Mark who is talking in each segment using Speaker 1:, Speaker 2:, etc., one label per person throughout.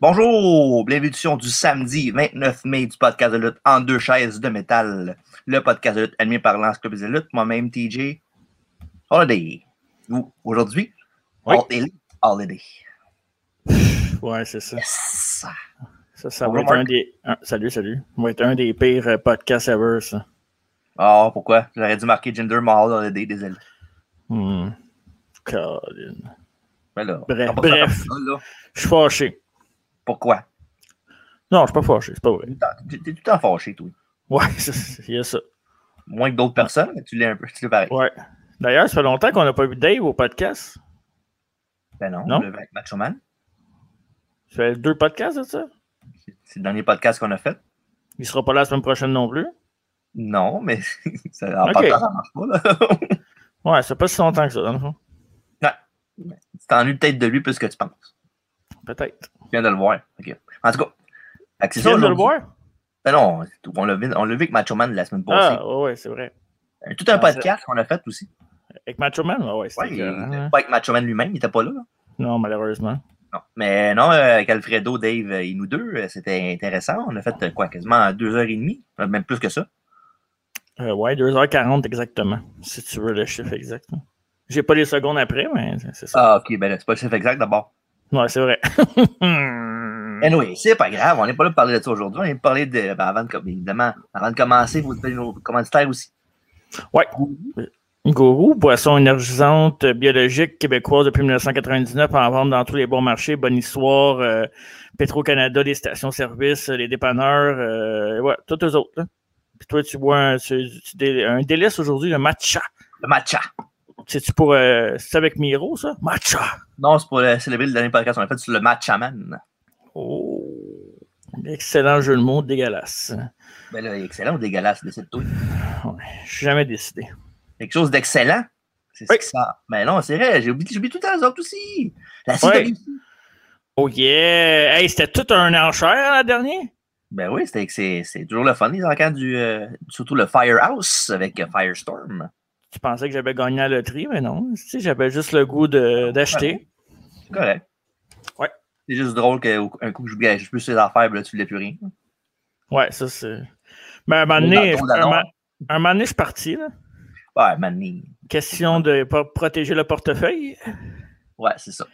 Speaker 1: Bonjour, bienvenue sur du samedi 29 mai du podcast de lutte en deux chaises de métal. Le podcast de lutte animé par l'Encyclopédie de lutte, moi-même TJ Holiday. Ou aujourd'hui,
Speaker 2: Oui.
Speaker 1: Alt Elite Holiday.
Speaker 2: Ouais, c'est ça.
Speaker 1: Yes!
Speaker 2: Ça, ça
Speaker 1: Bonjour,
Speaker 2: va être un
Speaker 1: Marc.
Speaker 2: des. un- salut, salut. Ça va être un des pires euh, podcasts ever, ça.
Speaker 1: Ah, pourquoi? J'aurais dû marquer Gender Mahal Holiday, désolé.
Speaker 2: Hmm. Colin.
Speaker 1: Mais là,
Speaker 2: Bref,
Speaker 1: on va pas faire
Speaker 2: bref.
Speaker 1: ça, là.
Speaker 2: Je suis fâché.
Speaker 1: Pourquoi?
Speaker 2: Non, je suis pas fâché, c'est pas vrai.
Speaker 1: T'es t'es tout le temps fâché, toi.
Speaker 2: Ouais, c'est- il y a ça.
Speaker 1: Moins que d'autres personnes, mais tu l'es un peu, tu l'es pareil.
Speaker 2: Ouais. D'ailleurs, ça fait longtemps qu'on n'a pas vu Dave au podcast.
Speaker 1: Ben non,
Speaker 2: Non?
Speaker 1: le Macho Man,
Speaker 2: Ça fait deux podcasts de ça.
Speaker 1: c'est le dernier podcast qu'on a fait.
Speaker 2: Il sera pas là la semaine prochaine non plus.
Speaker 1: Non, mais ça, en
Speaker 2: Ok.
Speaker 1: partant, ça marche pas, là.
Speaker 2: Ouais, ça fait pas si longtemps que ça, dans le fond.
Speaker 1: tu t'ennuies peut-être de lui plus que tu penses.
Speaker 2: Peut-être.
Speaker 1: Tu viens de le voir. ok. En tout cas, fait que c'est
Speaker 2: Tu
Speaker 1: ça
Speaker 2: viens de le
Speaker 1: aujourd'hui.
Speaker 2: voir?
Speaker 1: Ben non, c'est tout. on l'a vu, on l'a vu avec Macho Man la semaine passée.
Speaker 2: Ah, ouais, ouais, c'est vrai.
Speaker 1: Euh, Tout un
Speaker 2: Ah,
Speaker 1: podcast qu'on a fait aussi.
Speaker 2: Avec Macho Man? Ah Ouais,
Speaker 1: Ouais,
Speaker 2: c'était
Speaker 1: il-
Speaker 2: écœurant, hein.
Speaker 1: Pas avec Macho Man lui-même, il était pas là. là.
Speaker 2: Non, malheureusement.
Speaker 1: Non. Mais non, euh, avec Alfredo, Dave et nous deux, euh, c'était intéressant. On a fait euh, quoi, quasiment deux heures et demie, Euh, même plus que ça.
Speaker 2: Euh, ouais, 2h40 exactement, si tu veux le chiffre exact. J'ai pas les secondes après, mais c'est- c'est ça.
Speaker 1: Ah, ok, ben là, c'est pas le chiffre exact d'abord.
Speaker 2: Ouais, c'est vrai. Mm.
Speaker 1: Anyway, c'est pas grave, on n'est pas là pour parler de ça aujourd'hui. On est pour parler de. ben, avant de, com- évidemment, avant de commencer, vous donnez nos commanditaires aussi.
Speaker 2: Ouais. Gourou, boisson énergisante euh, biologique québécoise depuis 1999 en vente dans tous les bons marchés. Bonne histoire, euh, Petro-Canada, les stations-service, euh, les dépanneurs, euh, ouais, tous eux autres. là. Puis toi, tu bois un, tu- tu dé- un délice aujourd'hui, le matcha.
Speaker 1: Le matcha.
Speaker 2: C'est-tu pour. euh, c'est avec Miro, ça? Matcha!
Speaker 1: Non, c'est pour euh, célébrer le dernier podcast qu'on a fait sur le matcha man.
Speaker 2: Oh! Excellent jeu de mots, dégueulasse. hein.
Speaker 1: Ben là, excellent ou dégueulasse, décide-toi.
Speaker 2: Je suis jamais décidé.
Speaker 1: Quelque chose d'excellent. C'est
Speaker 2: Oui.
Speaker 1: ce qui sort. Mais non, c'est vrai, j'ai oublié, j'oublie tout le temps les autres aussi. La sidérurgie.
Speaker 2: Oh yeah! Hey, c'était tout un enchère hein, la dernière?
Speaker 1: Ben oui, c'était- c'est c'est toujours le fun, les encans du. euh, surtout le Firehouse avec euh, Firestorm.
Speaker 2: Tu pensais que j'avais gagné à la loterie, mais non. Tu sais, j'avais juste le goût
Speaker 1: Ah
Speaker 2: de- d'acheter.
Speaker 1: C'est correct.
Speaker 2: Ouais.
Speaker 1: C'est juste drôle qu'un coup que je gâche plus ces affaires, ben là, tu ne plus rien.
Speaker 2: Ouais, ça c'est. Mais à un moment
Speaker 1: Mais
Speaker 2: donné,
Speaker 1: dans ton
Speaker 2: un,
Speaker 1: annonce.
Speaker 2: ma- un moment donné, je suis parti. Là.
Speaker 1: Ouais, mané.
Speaker 2: Question de pas protéger le portefeuille.
Speaker 1: Ouais, c'est ça.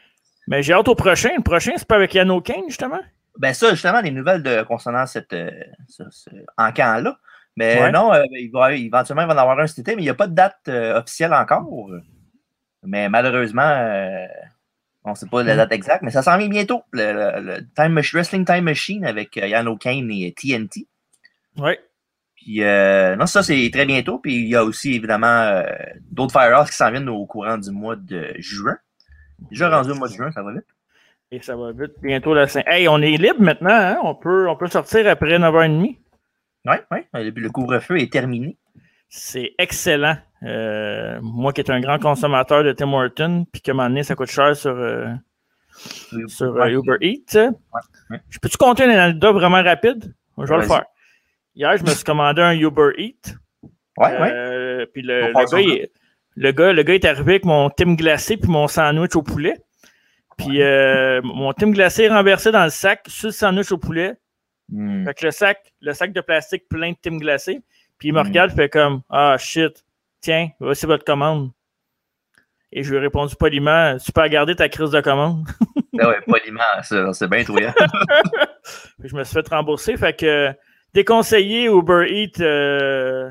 Speaker 2: Mais j'ai hâte au prochain. Le prochain, c'est pas avec Yano Kane, justement.
Speaker 1: Ben ça, justement, des nouvelles de, concernant cette, euh, ce, ce encan-là. Mais
Speaker 2: Ouais.
Speaker 1: non, euh, il va, éventuellement, il va en avoir un cet été, mais il n'y a pas de date euh, officielle encore. Mais malheureusement, euh, on ne sait pas la
Speaker 2: Mm.
Speaker 1: date exacte, mais ça s'en vient bientôt. Le, le- le Time Mach- Wrestling Time Machine avec euh, Yann O'Kane et TNT.
Speaker 2: Ouais.
Speaker 1: Puis euh, non, ça, c'est très bientôt. Puis il y a aussi, évidemment, euh, d'autres Firehouse qui s'en viennent au courant du mois de juin. Déjà rendu au mois de juin, ça va vite.
Speaker 2: Et ça va vite. Bientôt la Saint. Hey, on est libre maintenant. Hein? On, peut, on peut sortir après 9h30.
Speaker 1: Oui, oui. Le couvre-feu est terminé.
Speaker 2: C'est excellent. Euh, moi qui est un grand consommateur de Tim Horton, puis que un moment donné, ça coûte cher sur, euh, sur euh,
Speaker 1: Ouais.
Speaker 2: Uber Eats. euh,
Speaker 1: ouais.
Speaker 2: Je peux-tu compter une anecdote vraiment rapide? Je vais le
Speaker 1: Vas-y.
Speaker 2: faire. Hier, je me suis commandé un Uber Eats.
Speaker 1: Ouais, ouais.
Speaker 2: Euh, Puis le,
Speaker 1: Faut
Speaker 2: le
Speaker 1: faire ça,
Speaker 2: gars, il- le, gars, le gars est arrivé avec mon thym glacé puis mon sandwich au poulet. Puis euh, mon thym glacé est renversé dans le sac sur le sandwich au poulet.
Speaker 1: Hmm.
Speaker 2: Fait que le sac, le sac de plastique plein de thym glacé. Puis il me
Speaker 1: Mm.
Speaker 2: regarde, fait comme Ah shit, tiens, voici votre commande. Et je lui ai répondu poliment Tu peux garder ta crise de commande.
Speaker 1: Ben ouais, poliment, ça, c'est bien trouillant.
Speaker 2: Puis je me suis fait rembourser. Fait que euh, déconseiller Uber Eats, euh,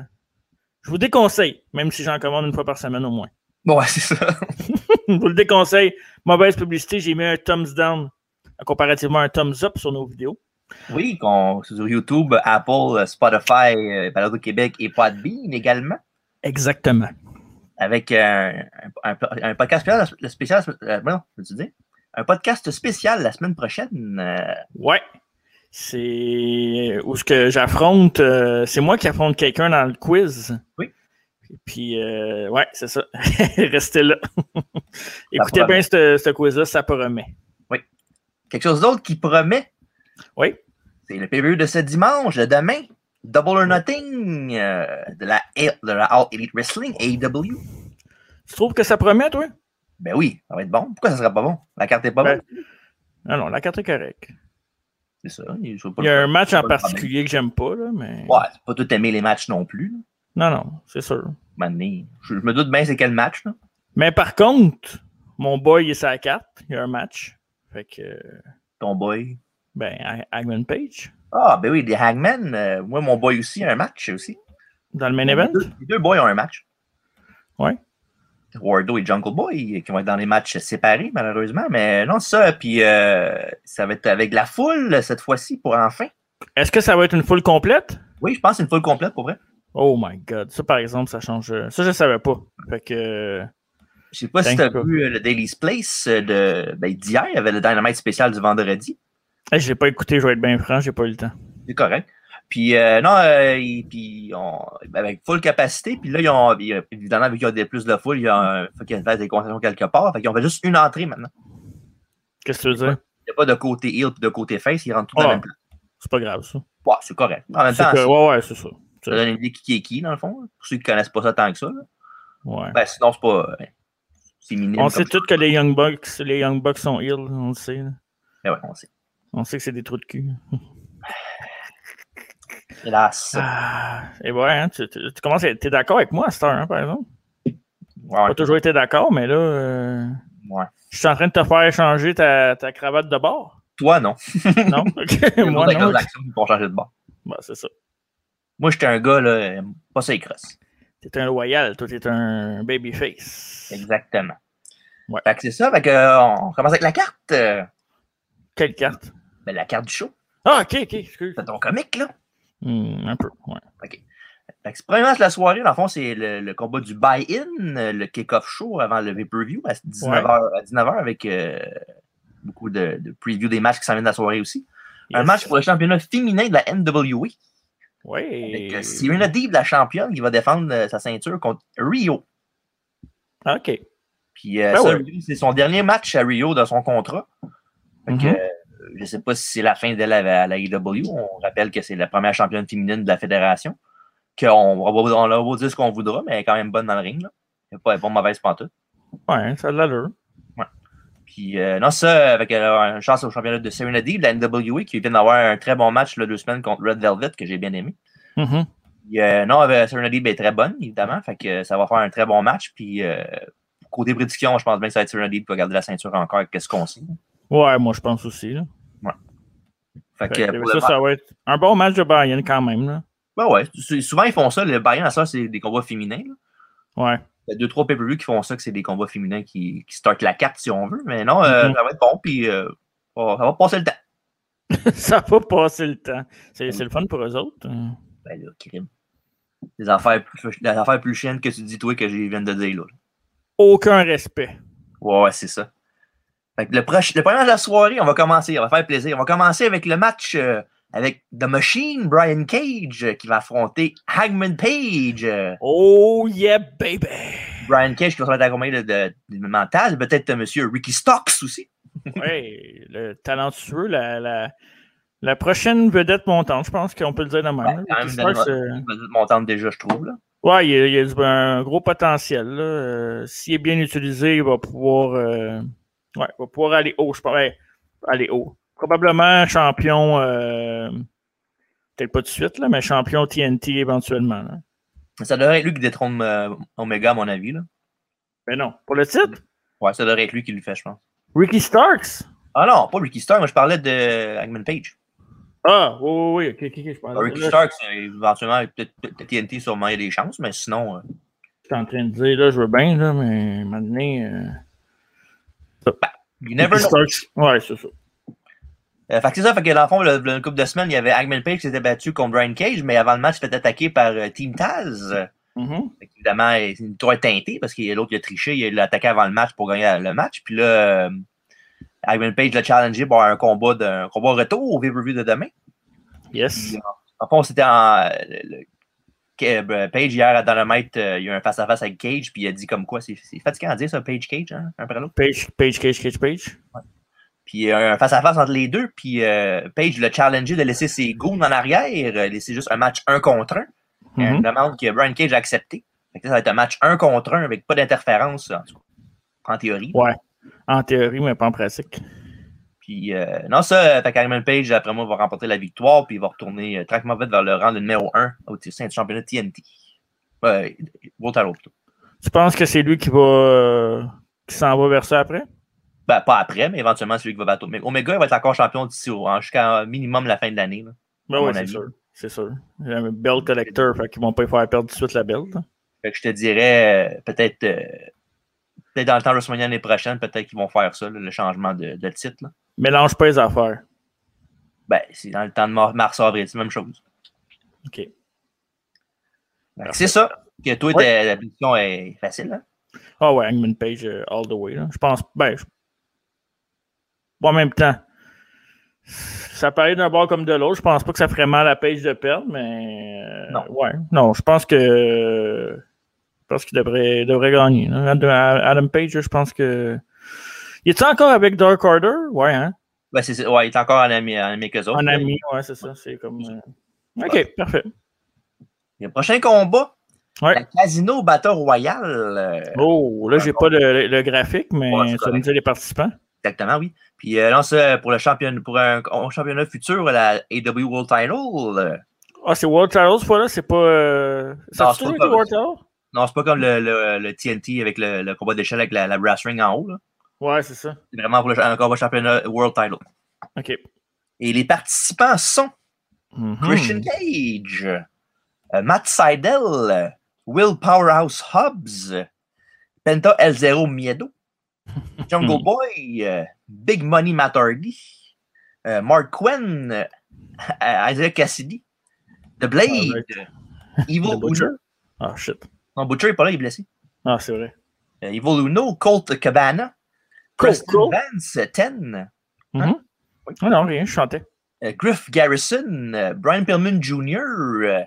Speaker 2: je vous déconseille, même si j'en commande une fois par semaine au moins.
Speaker 1: Bon, ouais, c'est ça.
Speaker 2: Je vous le déconseille. Mauvaise publicité, j'ai mis un thumbs down euh, comparativement à un thumbs up sur nos vidéos.
Speaker 1: Oui, qu'on, sur YouTube, Apple, euh, Spotify, euh, Balado Québec et Podbean également,
Speaker 2: Exactement.
Speaker 1: avec un, un- un- un podcast spécial, le spécial euh, non, veux-tu dire? Un podcast spécial la semaine prochaine. euh,
Speaker 2: Ouais. C'est où ce que j'affronte. euh, c'est moi qui affronte quelqu'un dans le quiz.
Speaker 1: Oui.
Speaker 2: Puis, euh, ouais, c'est ça. Restez là. Écoutez
Speaker 1: promet.
Speaker 2: bien ce, ce quiz-là, ça promet.
Speaker 1: quelque chose d'autre qui promet.
Speaker 2: Oui.
Speaker 1: C'est le PVE de ce dimanche, de demain. Double or Nothing euh, de la A- de la All Elite Wrestling, E AEW.
Speaker 2: Tu trouves que ça promet, toi?
Speaker 1: Ben oui, ça va être bon. Pourquoi ça sera pas bon? La carte est pas
Speaker 2: Ben,
Speaker 1: bonne.
Speaker 2: Non, non, la carte est correcte.
Speaker 1: C'est ça. Il, je veux pas
Speaker 2: Il y
Speaker 1: le-
Speaker 2: a un match en
Speaker 1: pas le
Speaker 2: particulier que j'aime pas, là, mais.
Speaker 1: Ouais, c'est pas tout aimer les matchs non plus. là.
Speaker 2: Non, non, c'est sûr.
Speaker 1: Mané, Je, je me doute bien c'est quel match. Là.
Speaker 2: Mais par contre, mon boy il est sa carte. Il y a un match. Fait que. euh,
Speaker 1: Ton boy.
Speaker 2: Ben, Hag- Hagman Page.
Speaker 1: Ah, ben oui, des Hangmen. euh, moi, mon boy aussi, un match aussi.
Speaker 2: Dans le main event.
Speaker 1: Les deux, les deux boys ont un match.
Speaker 2: Ouais.
Speaker 1: Wardo et Jungle Boy, euh, qui vont être dans les matchs séparés, malheureusement. Mais non, c'est ça. Puis euh, ça va être avec la foule cette fois-ci pour enfin.
Speaker 2: Est-ce que ça va être une foule complète?
Speaker 1: Oui, je pense que c'est une foule complète pour vrai.
Speaker 2: Oh my god. Ça, par exemple, ça change. euh, Ça, je savais pas. Fait que. euh,
Speaker 1: Je sais pas si tu as
Speaker 2: Thank you.
Speaker 1: vu euh, le Daily's Place euh, de ben, d'hier. Il y avait le Dynamite spécial du vendredi.
Speaker 2: hey, je l'ai pas écouté, je vais être bien franc, j'ai pas eu le temps.
Speaker 1: C'est correct. Puis, euh, non, euh, il- puis on- ben, avec full capacité, puis là, ils ont, ils- évidemment, vu qu'il y a des plus de foule, il y a un, faut qu'il y ait des concessions quelque part. Fait qu'ils ont fait juste une entrée maintenant.
Speaker 2: Qu'est-ce que tu veux dire?
Speaker 1: Il n'y a pas de côté heel et de côté face, ils rentrent tout dans
Speaker 2: Ah.
Speaker 1: la même place.
Speaker 2: C'est pas grave, ça.
Speaker 1: Ouais, c'est correct. En même
Speaker 2: C'est
Speaker 1: temps,
Speaker 2: que-
Speaker 1: ça
Speaker 2: ouais, ouais, c'est ça.
Speaker 1: ça donne une idée qui est qui, dans le fond, là, pour ceux qui ne connaissent pas ça tant que ça. là.
Speaker 2: Ouais.
Speaker 1: Ben, sinon, c'est pas. euh, C'est minime.
Speaker 2: on
Speaker 1: comme
Speaker 2: sait
Speaker 1: ça.
Speaker 2: tous que les Young Bucks, les Young Bucks sont ill, on le sait. là.
Speaker 1: Ben ouais, on sait.
Speaker 2: On sait que c'est des trous de cul.
Speaker 1: Hélas.
Speaker 2: Ah, et ouais, hein, tu, tu- tu commences à t'es d'accord avec moi à cette heure, hein, par exemple.
Speaker 1: Ouais,
Speaker 2: Pas toujours été d'accord, mais là, euh,
Speaker 1: ouais.
Speaker 2: je suis en train de te faire changer ta, ta cravate de bord.
Speaker 1: Toi, non.
Speaker 2: Non? Ok, moi,
Speaker 1: Les
Speaker 2: non.
Speaker 1: transactions qui vont changer de bord.
Speaker 2: Bah, c'est ça.
Speaker 1: Moi, j'étais un gars, là, euh, pas ça, il crosse.
Speaker 2: T'es un loyal, toi, t'es un babyface.
Speaker 1: Exactement.
Speaker 2: Ouais.
Speaker 1: Fait que c'est ça, fait que, euh, on commence avec la carte. euh,
Speaker 2: Quelle carte?
Speaker 1: ben, la carte du show.
Speaker 2: Ah, ok, ok, excuse.
Speaker 1: C'est ton comique, là.
Speaker 2: Hmm, un peu, ouais.
Speaker 1: Fait que c'est premièrement de la soirée, dans le fond, c'est le, le combat du buy-in, euh, le kick-off show avant le pay-per-view à 19h, à 19h avec euh, beaucoup de, de preview des matchs qui s'en viennent de la soirée aussi. Un
Speaker 2: Yes.
Speaker 1: match pour le championnat féminin de la NWA. Avec euh,
Speaker 2: Ouais.
Speaker 1: Serena Deeb, la championne, qui va défendre euh, sa ceinture contre Rio.
Speaker 2: Ok.
Speaker 1: Puis euh,
Speaker 2: Ben
Speaker 1: ça,
Speaker 2: ouais.
Speaker 1: c'est son dernier match à Rio de son contrat. Fait que,
Speaker 2: Mhm.
Speaker 1: euh, je ne sais pas si c'est la fin d'elle à à la IW. On rappelle que c'est la première championne féminine de la fédération. Qu'on on va- on leur va dire ce qu'on voudra, mais elle est quand même bonne dans le ring. Là. Elle n'est pas, elle est pas mauvaise pantoute.
Speaker 2: Ouais, ça a de l'allure.
Speaker 1: Puis euh, non, ça, avec euh, une chance au championnat de Serena Deeb, la NWA, qui vient d'avoir un très bon match là, deux semaines contre Red Velvet, que j'ai bien aimé.
Speaker 2: Mhm.
Speaker 1: Puis, euh, non, euh, Serena Deeb est très bonne, évidemment. Fait que euh, ça va faire un très bon match. Puis euh, côté prédiction, je pense bien que ça va être Serena Deeb qui va garder la ceinture encore. Qu'est-ce qu'on sait?
Speaker 2: Ouais, moi, je pense aussi, là.
Speaker 1: Fait que,
Speaker 2: Fait que
Speaker 1: pour
Speaker 2: ça,
Speaker 1: le
Speaker 2: ça va être un bon match de Bayern quand même. Là.
Speaker 1: Ouais, ouais. Sou- Souvent, ils font ça. Le Bayern, à ça, c'est des combats féminins. là.
Speaker 2: Ouais.
Speaker 1: Il y a deux, trois pay per qui font ça, que c'est des combats féminins qui, qui startent la carte, si on veut. Mais non, euh,
Speaker 2: Mhm.
Speaker 1: ça va être bon, puis euh, on- ça va passer le temps.
Speaker 2: ça va passer le temps. C'est c'est le fun pour eux autres. Euh,
Speaker 1: Ben là, crime. Des affaires plus, des affaires plus chiennes que tu dis, toi, que je viens de dire, là.
Speaker 2: Aucun respect.
Speaker 1: Ouais, ouais, c'est ça. Fait que le, proche, le premier match de la soirée, on va commencer, on va faire plaisir. On va commencer avec le match euh, avec The Machine, Brian Cage, euh, qui va affronter Hangman Page. euh,
Speaker 2: Oh yeah, baby!
Speaker 1: Brian Cage qui va se mettre accompagné de, de, de mental, peut-être euh, Monsieur Ricky Stocks aussi.
Speaker 2: Ouais, le talentueux, la, la, la prochaine vedette montante, je pense qu'on peut le dire de
Speaker 1: Ouais,
Speaker 2: même.
Speaker 1: quand
Speaker 2: là.
Speaker 1: même,
Speaker 2: Puis
Speaker 1: Daniel
Speaker 2: Starks, euh,
Speaker 1: montante déjà, je trouve. Là.
Speaker 2: Ouais, il y a, il y a du- ben, un gros potentiel. là. Euh, S'il est bien utilisé, il va pouvoir, euh, ouais, il va pouvoir aller haut, je pense. Ouais, aller haut. Probablement champion, euh, peut-être pas tout de suite, là, mais champion TNT éventuellement. là.
Speaker 1: Ça devrait être lui qui détrône euh, Omega, à mon avis. Là.
Speaker 2: Mais non, pour le titre,
Speaker 1: Ouais, ça devrait être lui qui le fait, je pense.
Speaker 2: Ricky Starks.
Speaker 1: Ah non, pas Ricky Stark, moi je parlais de Hangman Page.
Speaker 2: Ah, oui, oui, oui, ok, ok, ok, je pense.
Speaker 1: Ah, Ricky
Speaker 2: là,
Speaker 1: Stark, c'est éventuellement, peut-être peut-être TNT, sûrement, il y a des chances, mais sinon, euh,
Speaker 2: Je suis en train de dire, là, je veux bien, là, mais maintenant. Euh...
Speaker 1: you never
Speaker 2: Ricky
Speaker 1: know.
Speaker 2: Starks. Ouais, c'est ça.
Speaker 1: Euh, fait que c'est ça, fait que dans le fond, le, le couple de semaines, il y avait Hangman Page qui s'était battu contre Brian Cage, mais avant le match, il s'était attaqué par euh, Team Taz. Euh,
Speaker 2: Mhm.
Speaker 1: Fait qu'évidemment, il- c'est une victoire teintée parce que l'autre il a triché, il l'a attaqué avant le match pour gagner le match. Puis là, euh, Hangman Page l'a challengé pour un combat, de, un combat retour au pay-per-view de demain. euh,
Speaker 2: Yes.
Speaker 1: En fond, c'était en. euh, le- le- que- ben, Page, hier, à Dynamite, euh, il y a eu un face-à-face avec Cage, puis il a dit comme quoi, c'est c'est fatigant à dire ça, Page Cage, hein, un après l'autre.
Speaker 2: Page, page, page, page, page.
Speaker 1: Puis euh, un face-à-face entre les deux, puis euh, Page l'a challengé de laisser ses goons en arrière, euh, laisser juste un match un contre un.
Speaker 2: Mhm.
Speaker 1: Une Euh, demande que Brian Cage a acceptée. Fait que ça va être un match un contre un avec pas d'interférence, en, tout cas, en théorie.
Speaker 2: Ouais. En théorie, mais pas en pratique.
Speaker 1: Puis, Puis, euh, non, ça, fait Iron Page, après moi, va remporter la victoire, puis il va retourner euh, tranquillement vite vers le rang de numéro 1 au sein du championnat TNT. Euh, World Title, plutôt.
Speaker 2: Tu penses que c'est lui qui va. euh, qui s'en va vers ça après?
Speaker 1: Ben, pas après, mais éventuellement, celui qui va battre Omega. Omega, il va être encore champion d'ici au, hein, jusqu'à minimum la fin de l'année. là, à
Speaker 2: Ben
Speaker 1: mon
Speaker 2: oui, c'est
Speaker 1: avis.
Speaker 2: sûr. C'est sûr. Il y a un belt collector, fait qu'ils vont pas lui faire perdre tout de suite la belt.
Speaker 1: Fait que je te dirais, euh, peut-être euh, peut-être dans le temps de WrestleMania l'année prochaine, peut-être qu'ils vont faire ça, là, le changement de, de titre. là.
Speaker 2: Mélange pas les affaires.
Speaker 1: Ben, c'est dans le temps de mar- mars-avril, c'est la même chose.
Speaker 2: OK.
Speaker 1: Fait que C'est ça. Que toi,
Speaker 2: Oui.
Speaker 1: ta- la position est facile. hein.
Speaker 2: Ah ouais, Hangman Page euh, all the way. là. Je pense. Ben, je- Bon, en même temps, ça paraît d'un bord comme de l'autre. Je pense pas que ça ferait mal à Page de perdre, mais. euh,
Speaker 1: Non.
Speaker 2: Ouais. Non, je pense que. Je pense qu'il devrait, devrait gagner. là. Adam- Adam Page, je pense que. Il est encore avec Dark Order? Ouais, hein?
Speaker 1: Ben, c'est, c'est- ouais, il est encore en ami, en ami qu'eux autres.
Speaker 2: Un
Speaker 1: là.
Speaker 2: ami, ouais, c'est ça. C'est comme. euh, Ok, parfait.
Speaker 1: Le prochain combat,
Speaker 2: Ouais.
Speaker 1: la Casino Battle Royale. euh,
Speaker 2: Oh, là, j'ai pas le, le graphique, mais
Speaker 1: Ouais, c'est
Speaker 2: ça me
Speaker 1: correct.
Speaker 2: dit les participants.
Speaker 1: Exactement, oui. Puis euh, non, ça, pour le championnat, pour un, un championnat futur, la AW World Title. euh,
Speaker 2: Ah, c'est World Titles, cette fois-là, c'est pas. euh, Ça
Speaker 1: Non,
Speaker 2: a
Speaker 1: c'est
Speaker 2: toujours
Speaker 1: pas
Speaker 2: été World Titles?
Speaker 1: non, c'est pas comme le, le- le TNT avec le, le combat d'échelle avec la, la brass ring en haut. là.
Speaker 2: Ouais, c'est ça.
Speaker 1: C'est vraiment pour le, un combat championnat World Title.
Speaker 2: OK.
Speaker 1: Et les participants sont Christian
Speaker 2: Hmm.
Speaker 1: Cage, euh, Matt Seidel, euh, Will Powerhouse Hobbs, euh, Penta El Zero Miedo,
Speaker 2: Hmm.
Speaker 1: Jungle Boy, euh, Big Money Matt Hardy, euh, Mark Quinn, euh, euh, Isaac Cassidy, The Blade, euh, Evil
Speaker 2: Ah, The Butcher.
Speaker 1: Uno.
Speaker 2: Ah, shit.
Speaker 1: Non, Butcher n'est pas là, il est blessé.
Speaker 2: Ah, c'est vrai.
Speaker 1: Euh, Evil Uno, Colt Cabana,
Speaker 2: Cool,
Speaker 1: Preston
Speaker 2: cool.
Speaker 1: Vance, euh, Ten,
Speaker 2: Ah non, rien, je chantais.
Speaker 1: Euh, Griff Garrison, euh, Brian Pillman Jr., euh,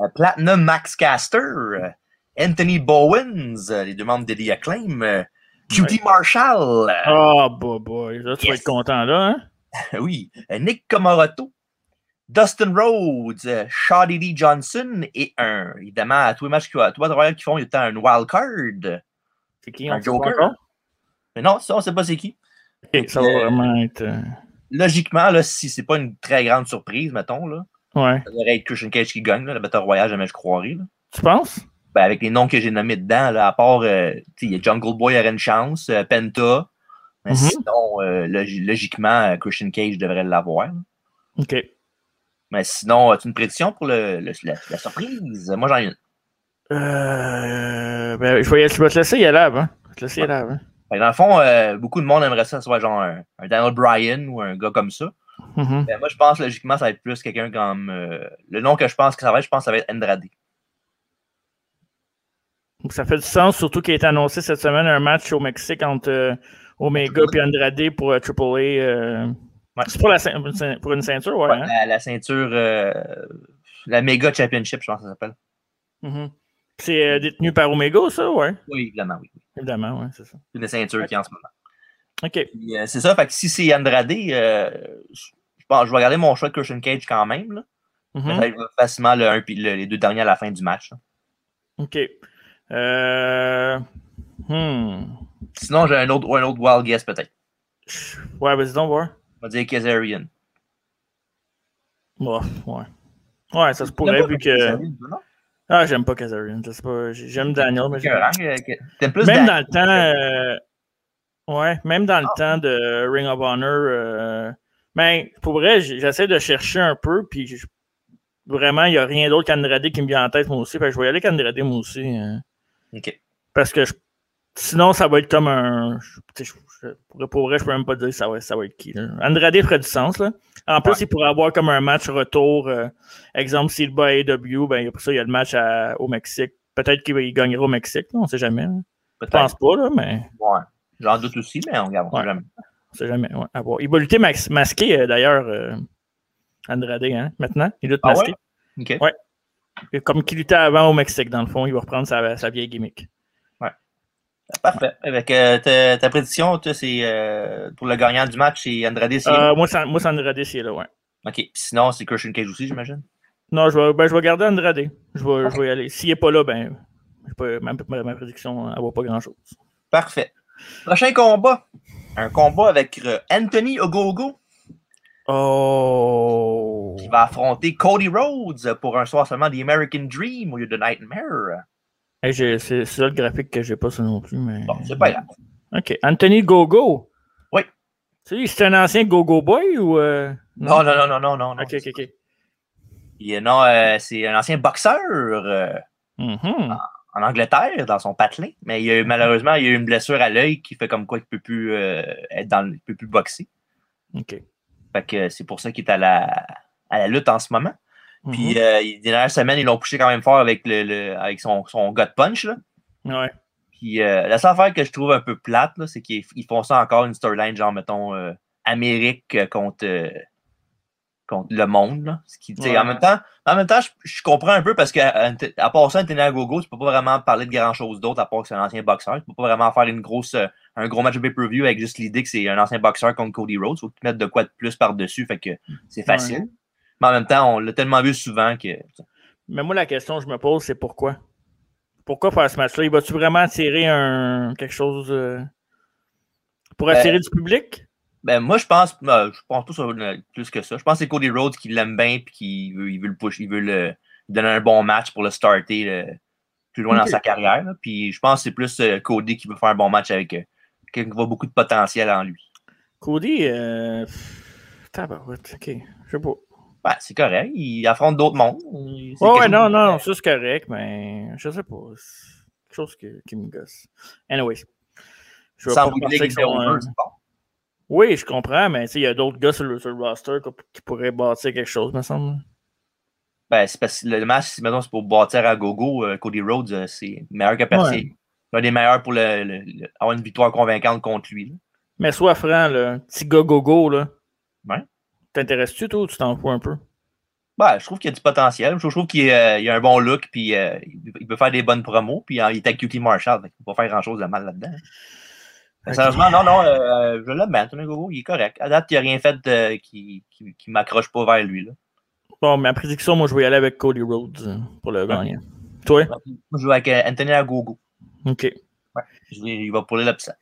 Speaker 1: euh, Platinum Max Caster, euh, Anthony Bowens, euh, les deux membres de The Acclaim, euh, Cutie Marshall, euh,
Speaker 2: Ah, bah, boy. Là, tu vas
Speaker 1: Yes.
Speaker 2: être content, là, hein?
Speaker 1: oui, euh, Nick Comoroto, Dustin Rhodes, euh, Shawty Lee Johnson et un, évidemment, à tous les matchs qui, à tous les matchs qu'ils font, il y a tout le temps un wild card.
Speaker 2: C'est qui?
Speaker 1: Un
Speaker 2: on sait pas
Speaker 1: Joker.
Speaker 2: encore?
Speaker 1: Mais non, ça, on sait pas c'est qui.
Speaker 2: OK, ça va
Speaker 1: Euh,
Speaker 2: vraiment être. euh,
Speaker 1: Logiquement, là, si c'est pas une très grande surprise, mettons, là,
Speaker 2: Ouais.
Speaker 1: ça devrait être Christian Cage qui gagne, là, la Battle Royale, jamais je croirais. là.
Speaker 2: Tu penses?
Speaker 1: ben, avec les noms que j'ai nommés dedans, là, à part euh, tu sais, il y a Jungle Boy aurait une chance, euh, Penta. Mais
Speaker 2: Mhm.
Speaker 1: Sinon, euh, logi- logiquement, euh, Christian Cage devrait l'avoir.
Speaker 2: OK.
Speaker 1: Mais sinon, as-tu une prédiction pour le, le- la, la surprise? Moi, j'en ai une.
Speaker 2: Euh. Ben, je vais, je vais te laisser y aller avant. Je vais te laisser y aller hein. avant.
Speaker 1: Fait que dans le fond, euh, beaucoup de monde aimerait ça, soit genre un, un Daniel Bryan ou un gars comme ça.
Speaker 2: Mhm.
Speaker 1: Ben, moi, je pense logiquement, ça va être plus quelqu'un comme. euh, le nom que je pense que ça va être, je pense que ça va être Andrade.
Speaker 2: Donc, Ça fait du sens, surtout qu'il est annoncé cette semaine un match au Mexique entre euh, Omega et Andrade pour euh, Triple A. euh,
Speaker 1: Ouais.
Speaker 2: C'est pour, la cein- pour une cein- pour une ceinture, ouais.
Speaker 1: Ouais,
Speaker 2: hein?
Speaker 1: la, la ceinture, euh, la Mega Championship, je pense que ça s'appelle.
Speaker 2: Mhm. C'est euh, détenu par Omega, ça, ouais.
Speaker 1: Oui, évidemment, oui.
Speaker 2: Évidemment, ouais, c'est ça.
Speaker 1: C'est une ceinture qui est en ce moment.
Speaker 2: OK.
Speaker 1: Puis, euh, c'est ça, fait que si c'est Andrade, euh, je, pense, je vais garder mon choix de Christian Cage quand même. Là.
Speaker 2: Mhm.
Speaker 1: Ça va être facilement le un puis le- les deux derniers à la fin du match. là.
Speaker 2: OK. Euh... Hmm.
Speaker 1: Sinon, j'ai un autre, un autre wild guess peut-être.
Speaker 2: Ouais, vas-y donc voir.
Speaker 1: On va dire Kazarian.
Speaker 2: Ouais, ouais. Ouais, ça se pourrait vu que.
Speaker 1: Non?
Speaker 2: Ah, j'aime pas Kazarian. ça, c'est pas- j'ai- J'aime Daniel, mais j'aime-
Speaker 1: Écœurant, euh, que- T'aimes plus
Speaker 2: Même
Speaker 1: Dan-
Speaker 2: dans le temps. euh, Ouais, même dans le temps de Ring of Honor. euh, Mais pour vrai, j- j'essaie de chercher un peu, puis je- vraiment, il n'y a rien d'autre qu'Andrade qui me vient en tête, moi aussi. Fait que je vais y aller qu'Andrade, moi aussi. euh,
Speaker 1: Ok.
Speaker 2: Parce que je- sinon, ça va être comme un. je- tu sais, je- je- pour, pour vrai, je peux même pas dire ça va, ça va être qui. là. Andrade ferait du sens. Là. En plus,
Speaker 1: Ouais.
Speaker 2: il pourrait avoir comme un match retour. euh, exemple, s'il bat AEW, ben, après ça, il y a le match à- au Mexique. Peut-être qu'il va- il gagnera au Mexique, là, on sait jamais. là. Je
Speaker 1: Peut-être.
Speaker 2: pense pas, là, mais
Speaker 1: Ouais. J'en doute aussi, mais on regarde. on sait
Speaker 2: Ouais.
Speaker 1: jamais.
Speaker 2: on sait jamais. ouais, à voir. Il va lutter max- masqué, euh, d'ailleurs, euh, Andrade, hein, maintenant. Il lutte
Speaker 1: Ah
Speaker 2: masqué.
Speaker 1: Ok.
Speaker 2: Et Comme qu'il luttait avant au Mexique, dans le fond, il va reprendre sa, sa vieille gimmick.
Speaker 1: Parfait. Avec, euh, ta, ta prédiction, toi, c'est euh, pour le gagnant du match, c'est Andrade. c'est-
Speaker 2: Euh, moi, c'est moi, c'est Andrade, c'est là, ouais.
Speaker 1: Ok. Puis sinon, c'est Christian Cage aussi, j'imagine.
Speaker 2: Non, je vais, ben, je vais garder Andrade. Je vais, je vais y aller. S'il n'est pas là, ben, je peux- ma, ma- ma prédiction, elle ne vaut pas grand-chose.
Speaker 1: Parfait. Prochain combat. un combat avec euh, Anthony Ogogo
Speaker 2: Oh.
Speaker 1: qui va affronter Cody Rhodes pour un soir seulement The American Dream au lieu de Nightmare.
Speaker 2: Hey, j'ai- c'est c'est là le graphique que j'ai pas ça non plus, mais.
Speaker 1: Bon, c'est pas grave.
Speaker 2: OK. Anthony Gogo.
Speaker 1: Oui.
Speaker 2: Tu sais, c'est un ancien Gogo Boy ou. euh,
Speaker 1: Non, non, non, non, non, non. non.
Speaker 2: OK, OK, OK.
Speaker 1: Il- non, euh, c'est un ancien boxeur euh,
Speaker 2: Mhm.
Speaker 1: en Angleterre, dans son patelin, mais il a eu- malheureusement, il a eu une blessure à l'œil qui fait comme quoi il peut plus euh, être dans le- il peut plus boxer.
Speaker 2: OK.
Speaker 1: Fait que euh, c'est pour ça qu'il est à la, à la lutte en ce moment.
Speaker 2: Mhm.
Speaker 1: Puis euh, les dernières semaines, ils l'ont poussé quand même fort avec le, le- avec son, son gut punch. Là.
Speaker 2: Mhm. Ouais.
Speaker 1: Puis euh, la seule affaire que je trouve un peu plate, là, c'est qu'ils ils font ça encore une storyline, genre, mettons, euh, Amérique euh, contre, euh, contre le monde. là. Ce qui, tu sais,
Speaker 2: Ouais.
Speaker 1: en, même temps, en même temps, je, je comprends un peu parce que à, à part ça, Anthony Gogo, tu peux pas vraiment parler de grand-chose d'autre à part que c'est un ancien boxeur. Tu peux pas vraiment faire une grosse, euh, un gros match de pay-per-view avec juste l'idée que c'est un ancien boxeur contre Cody Rhodes. Faut que tu mettes de quoi de plus par-dessus, fait que c'est facile. Mais en même temps, on l'a tellement vu souvent que...
Speaker 2: Mais moi, la question que je me pose, c'est pourquoi? Pourquoi faire ce match-là? Il va-tu vraiment attirer un quelque chose euh, pour
Speaker 1: Ben-
Speaker 2: attirer du public?
Speaker 1: Ben, moi, je pense, euh, je pense pas sur euh, plus que ça. Je pense que c'est Cody Rhodes qui l'aime bien puis qui veut, il veut le push, il veut le lui donner un bon match pour le starter euh, plus loin
Speaker 2: Ok.
Speaker 1: dans sa carrière. là. Puis je pense que c'est plus euh, Cody qui veut faire un bon match avec euh, quelqu'un qui voit beaucoup de potentiel en lui.
Speaker 2: Cody, euh... pff, tabarouette, ok, je sais pas.
Speaker 1: Ben, c'est correct. Il affronte d'autres mondes. C'est
Speaker 2: Ouais,
Speaker 1: quelque
Speaker 2: ouais,
Speaker 1: chose-
Speaker 2: non, non, ça c'est correct, mais je sais pas. C'est quelque chose que- qui me gosse. Anyways. Je vais
Speaker 1: Sans
Speaker 2: pas
Speaker 1: vous
Speaker 2: penser
Speaker 1: dire que
Speaker 2: qu'ils
Speaker 1: c'est
Speaker 2: sont,
Speaker 1: over,
Speaker 2: euh,
Speaker 1: c'est bon.
Speaker 2: Oui, je comprends, mais tu sais, il y a d'autres gars sur le, sur le roster qui, qui pourraient bâtir quelque chose, me semble.
Speaker 1: Ben, c'est parce que le match, si mettons, c'est pour bâtir à gogo, euh, Cody Rhodes, euh, c'est meilleur que personne.
Speaker 2: Ouais.
Speaker 1: C'est un des meilleurs pour le, le- le- avoir une victoire convaincante contre lui. là.
Speaker 2: Mais sois franc, là, petit gars go-go, là.
Speaker 1: Ouais.
Speaker 2: T'intéresses-tu, toi, ou tu t'en fous un peu?
Speaker 1: Ben, je trouve qu'il y a du potentiel. Je trouve, je trouve qu'il euh, il a un bon look, puis euh, il il peut faire des bonnes promos, puis euh, il est à QT Marshall, donc il peut pas faire grand-chose de mal là-dedans. hein. Mais
Speaker 2: Ok.
Speaker 1: Sérieusement, non, non, euh, je l'aime bien, Anthony Gogo, il est correct. À date, il n'a rien fait de- qui, qui, qui m'accroche pas vers lui. Là.
Speaker 2: Bon, ma prédiction, moi, je vais y aller avec Cody Rhodes euh, pour le gagnant. Toi?
Speaker 1: Moi, je joue avec euh, Anthony Agogo.
Speaker 2: OK.
Speaker 1: Je vais- il va pour l'upset.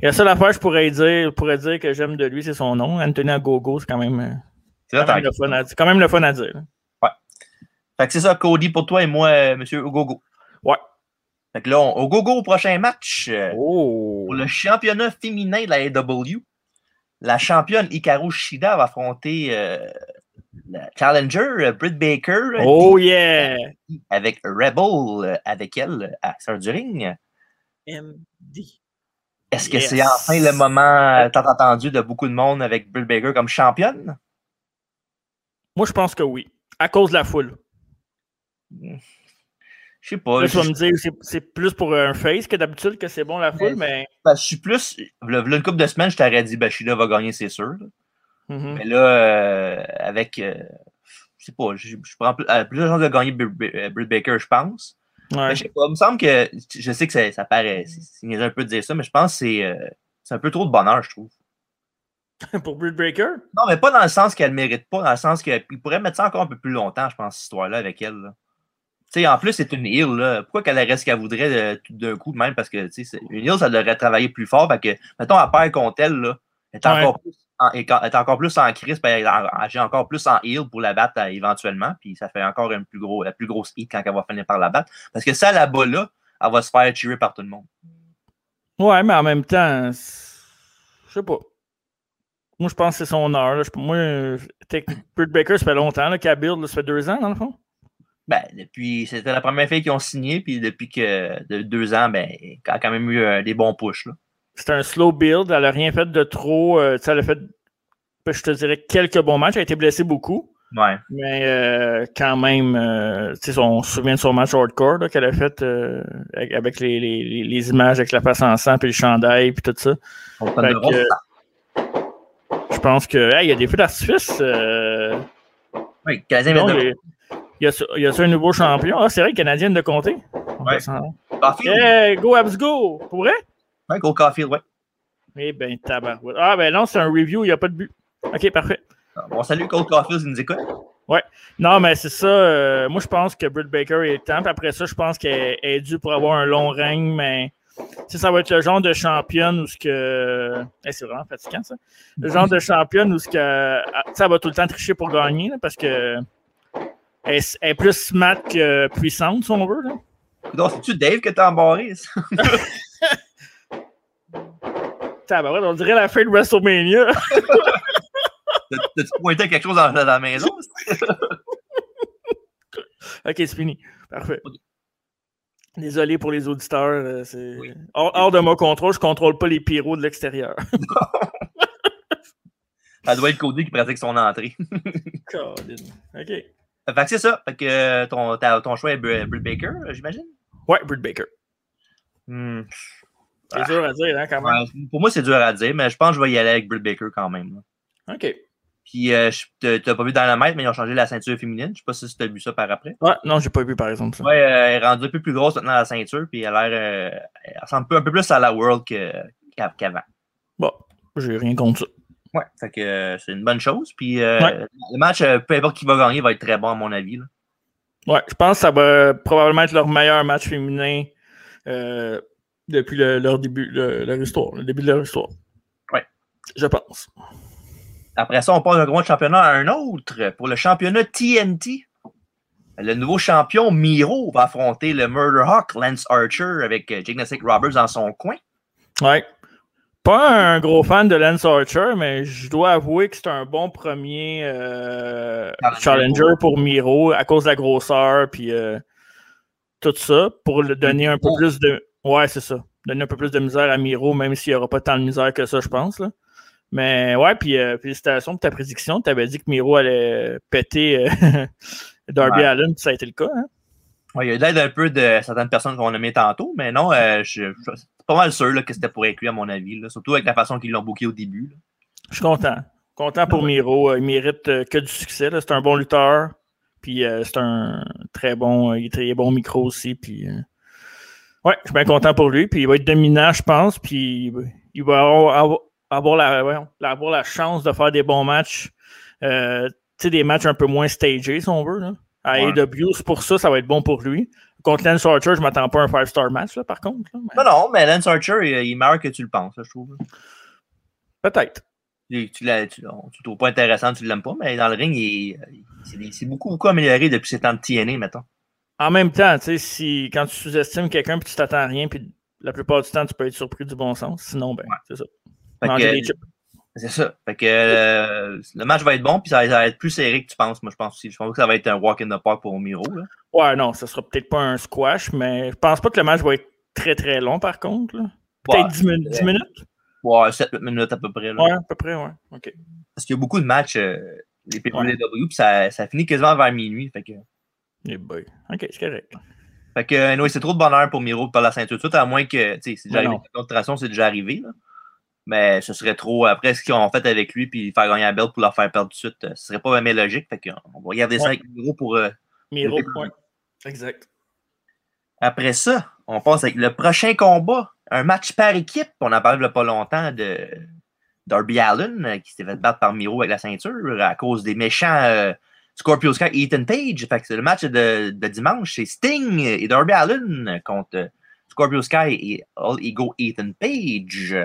Speaker 2: La seule affaire que je pourrais dire, je pourrais dire que j'aime de lui, c'est son nom. Anthony Agogo, c'est quand même, euh,
Speaker 1: C'est
Speaker 2: quand
Speaker 1: ça,
Speaker 2: même le fun à dire. quand même le fun à dire. là.
Speaker 1: Fait que c'est ça, Cody, pour toi et moi, euh, monsieur Ogogo.
Speaker 2: Ouais.
Speaker 1: Fait que là, on, Ogogo au prochain match. euh,
Speaker 2: Oh!
Speaker 1: Pour le championnat féminin de la AEW, la championne Hikaru Shida va affronter euh, la challenger euh, Britt Baker euh,
Speaker 2: Oh yeah!
Speaker 1: qui- avec Rebel euh, avec elle euh, à Sœur du Ring.
Speaker 2: MD.
Speaker 1: Est-ce que
Speaker 2: Yes.
Speaker 1: c'est enfin le moment euh, tant attendu de beaucoup de monde avec Britt Baker comme championne?
Speaker 2: Moi, je pense que oui. À cause de la foule.
Speaker 1: Je sais pas.
Speaker 2: Là, tu
Speaker 1: Oh, Je
Speaker 2: vas me dire, c'est- c'est plus pour un face que d'habitude que c'est bon la foule, mais.
Speaker 1: ben, je suis plus. v'là- v'là une couple de semaines, je t'aurais dit ben, Shida va gagner, c'est sûr.
Speaker 2: Mhm.
Speaker 1: Mais là, euh, avec. euh, je sais pas, je, je prends plus, elle a plus de chances de gagner Br- Br- euh, Britt Baker, je pense.
Speaker 2: Ouais.
Speaker 1: Ben, je sais pas, il me semble que. Je sais que ça, ça paraît. C'est c'est niaiseux un peu de dire ça, mais je pense que c'est. euh, c'est un peu trop de bonheur, je trouve.
Speaker 2: pour Britt Breaker?
Speaker 1: Non, mais pas dans le sens qu'elle ne mérite pas, dans le sens qu'il pourrait mettre ça encore un peu plus longtemps, je pense, cette histoire-là avec elle. là. Tu sais, en plus, c'est une île. Là. Pourquoi qu'elle aurait ce qu'elle voudrait euh, tout d'un coup, de même parce que tu sais, c'est- une île, ça devrait travailler plus fort. Fait que, mettons, à part contre elle, là, elle est,
Speaker 2: Ouais.
Speaker 1: encore plus en, elle est encore plus en crise, puis elle est en- elle est encore plus en île pour la battre euh, éventuellement. Puis ça fait encore une plus gros, la plus grosse hit quand elle va finir par la battre. Parce que ça, là-bas, là, elle va se faire cheerer par tout le monde.
Speaker 2: Ouais, mais en même temps, c'est- je sais pas. Moi, je pense que c'est son heure. là. Je- Moi, euh, tec- Britt Baker, ça fait longtemps là, qu'elle build, là, ça fait deux ans, dans le fond.
Speaker 1: Ben, depuis, c'était la première fille qu'ils ont signé, puis depuis que de deux ans, ben, elle a quand même eu euh, des bons pushs. Là.
Speaker 2: C'est un slow build. Elle n'a rien fait de trop. euh, tu sais, elle a fait, ben, je te dirais, quelques bons matchs. Elle a été blessée beaucoup.
Speaker 1: Ouais.
Speaker 2: Mais euh, quand même, euh, tu sais, on se souvient de son match hardcore là, qu'elle a fait euh, avec- avec les, les- les- les images avec la face en sang, puis le chandail, puis tout ça.
Speaker 1: On prend
Speaker 2: Fait
Speaker 1: le rond.
Speaker 2: que- Je pense que hey, il y a des feux d'artifice. euh,
Speaker 1: Oui, le Canadien
Speaker 2: Non,
Speaker 1: vient de-
Speaker 2: il y a- il y a, ça- il y a ça un nouveau champion. Ah, c'est vrai, Canadienne de comté. On
Speaker 1: Ouais.
Speaker 2: va s'en-
Speaker 1: Caulfield.
Speaker 2: Hey, go Abs go! Pour vrai?
Speaker 1: Ouais, Cole Caulfield, ouais.
Speaker 2: Eh ben, tabarouette. Ah, ben non, c'est un review, il n'y a pas de but. Ok, parfait.
Speaker 1: Bon, salut Cole Caulfield, il nous écoute.
Speaker 2: Non, mais c'est ça. euh, moi, je pense que Britt Baker est le temps. Puis après ça, je pense qu'elle elle est due pour avoir un long règne, mais T'sais, ça va être le genre de championne où ce que. Eh, c'est vraiment fatigant, ça. Le genre de championne où ce que. ah, Ça va tout le temps tricher pour gagner, là, parce que. Elle, elle est plus smart que puissante, si on veut. Là.
Speaker 1: Non, c'est-tu Dave que t'as embarré, ça?
Speaker 2: Tabarouette, on dirait la fin de WrestleMania.
Speaker 1: T'as-tu pointé quelque chose dans, dans la maison?
Speaker 2: ok, c'est fini. Parfait. Désolé pour les auditeurs. euh, C'est oui. hors, hors, de mon contrôle, je ne contrôle pas les pyros de l'extérieur.
Speaker 1: ça doit être Cody qui pratique son entrée.
Speaker 2: OK.
Speaker 1: Fait que c'est ça. Fait que ton, ton choix est Britt Baker, euh, j'imagine?
Speaker 2: Ouais, Britt Baker.
Speaker 1: Hmm.
Speaker 2: C'est ah. dur à dire, hein, quand même. Ouais,
Speaker 1: pour moi, c'est dur à dire, mais je pense que je vais y aller avec Britt Baker quand même.
Speaker 2: Là. OK.
Speaker 1: Puis, euh, t'as pas vu dans la mètre, mais ils ont changé la ceinture féminine. Je sais pas si t'as vu ça par après.
Speaker 2: Ouais, non, j'ai pas vu par exemple. Ça.
Speaker 1: Ouais, euh, elle est rendue un peu plus grosse maintenant la ceinture, puis elle a l'air. Euh, elle ressemble un peu, un peu, plus à la World qu'avant.
Speaker 2: bon, j'ai rien contre ça.
Speaker 1: Ouais, fait que euh, c'est une bonne chose. Puis, ouais. le match, euh, peu importe qui va gagner, va être très bon à mon avis. Là.
Speaker 2: Ouais, je pense que ça va probablement être leur meilleur match féminin euh, depuis le, leur début, le, leur histoire, le début de leur histoire.
Speaker 1: Ouais.
Speaker 2: Je pense.
Speaker 1: Après ça, on passe d'un gros championnat à un autre. Pour le championnat TNT, le nouveau champion Miro va affronter le Murderhawk Lance Archer avec Jignatic Roberts dans son coin.
Speaker 2: Ouais. Pas un gros fan de Lance Archer, mais je dois avouer que c'est un bon premier euh, challenger pour Miro à cause de la grosseur puis euh, tout ça pour le donner un peu plus de. Ouais, c'est ça. Donner un peu plus de misère à Miro, même s'il n'y aura pas tant de misère que ça, je pense. Là. Mais ouais, puis euh, félicitations pour ta prédiction. Tu avais dit que Miro allait péter euh, Darby ouais. Allen, puis ça a été le cas. Hein?
Speaker 1: Oui, il y a eu l'aide un peu de certaines personnes qu'on a mis tantôt, mais non, euh, je, je suis pas mal sûr là, que c'était pour inclure, à mon avis, là, surtout avec la façon qu'ils l'ont booké au début. Là.
Speaker 2: Je suis content. Content pour ouais. Miro. Il mérite euh, que du succès. C'est un bon lutteur, puis euh, c'est un très bon. euh, il est très bon micro aussi, puis. euh, Ouais, je suis bien content pour lui. Puis il va être dominant, je pense. Puis il va avoir, avoir avoir la, ouais, avoir la chance de faire des bons matchs, euh, des matchs un peu moins stagés, si on veut. Là. À ouais. AW, pour ça, ça va être bon pour lui. Contre Lance Archer, je ne m'attends pas à un 5-star match, là, par contre. Là,
Speaker 1: mais... Non, non, mais Lance Archer, il, il meurt que tu le penses, je trouve.
Speaker 2: Peut-être.
Speaker 1: Tu, tu, le trouves pas intéressant, tu ne l'aimes pas, mais dans le ring, il, il c'est beaucoup, beaucoup amélioré depuis ses temps de TNA, mettons.
Speaker 2: En même temps, si, quand tu sous-estimes quelqu'un et tu t'attends à rien, puis la plupart du temps, tu peux être surpris du bon sens. Sinon, ben, ouais. c'est ça.
Speaker 1: C'est ça. Fait que euh, le match va être bon, puis ça, va être plus serré que tu penses, moi, je pense aussi. Je pense que ça va être un walk in the park pour Miro. Là.
Speaker 2: Ouais, non, ça sera peut-être pas un squash, mais je pense pas que le match va être très très long par contre. Peut-être ouais, 10, min 10, minutes.
Speaker 1: Ouais, 7 minutes à peu près. Là.
Speaker 2: Ouais, à peu près, ouais. OK.
Speaker 1: Parce qu'il y a beaucoup de matchs, euh, les PWW, puis ça, ça, finit quasiment vers minuit. Fait que.
Speaker 2: Eh boy. OK, c'est correct.
Speaker 1: Fait que, anyway, c'est trop de bonheur pour Miro par la ceinture tout, à moins que, tu sais, c'est déjà arrivé. L'autre c'est déjà arrivé, là. Mais ce serait trop, après ce qu'ils ont fait avec lui, puis faire gagner la belle pour leur faire perdre tout de suite, euh, ce serait pas même logique. Fait qu'on va regarder ça ouais. avec Miro pour. Euh,
Speaker 2: Miro, ouais. Exact.
Speaker 1: Après ça, on passe avec le prochain combat, un match par équipe. On en parle pas longtemps de Darby Allen qui s'est fait battre par Miro avec la ceinture à cause des méchants euh, Scorpio Sky et Ethan Page. Fait que c'est le match de, de dimanche, c'est Sting et Darby Allen contre Scorpio Sky et All Ego Ethan Page.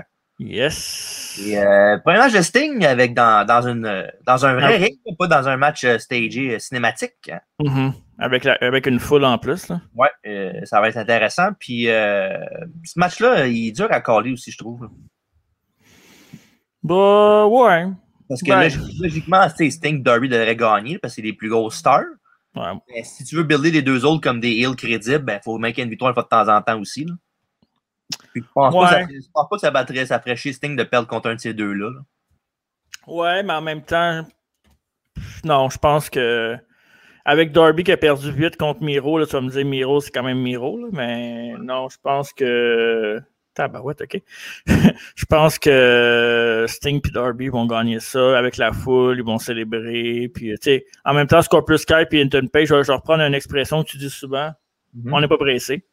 Speaker 2: Yes.
Speaker 1: Et, euh, premier match de Sting avec dans, dans, une, dans un vrai ring, pas dans un match euh, stagé cinématique.
Speaker 2: Mm -hmm. avec, la, avec une foule en plus. Là.
Speaker 1: Ouais, euh, ça va être intéressant. Puis euh, ce match-là, il est dur à caler aussi, je trouve.
Speaker 2: Bah, ouais.
Speaker 1: Parce que ouais. logiquement, Sting, Darby devrait gagner parce que c'est les plus grosses stars.
Speaker 2: Ouais.
Speaker 1: Mais si tu veux builder les deux autres comme des heels crédibles, il ben, faut mettre une victoire une fois de temps en temps aussi. Là. Puis je pense, ouais. pas, je pense pas que ça battrait, ça ferait chier Sting de perdre contre un de ces deux-là. Là.
Speaker 2: Ouais, mais en même temps, non, je pense que avec Darby qui a perdu 8 contre Miro, là, tu vas me dire Miro, c'est quand même Miro, là, mais ouais. non, je pense que. Tabarouette, ok. je pense que Sting et Darby vont gagner ça avec la foule, ils vont célébrer. Puis, en même temps, Scorpio Sky et Hinton Page, je vais, je vais reprendre une expression que tu dis souvent mm -hmm. on n'est pas pressé.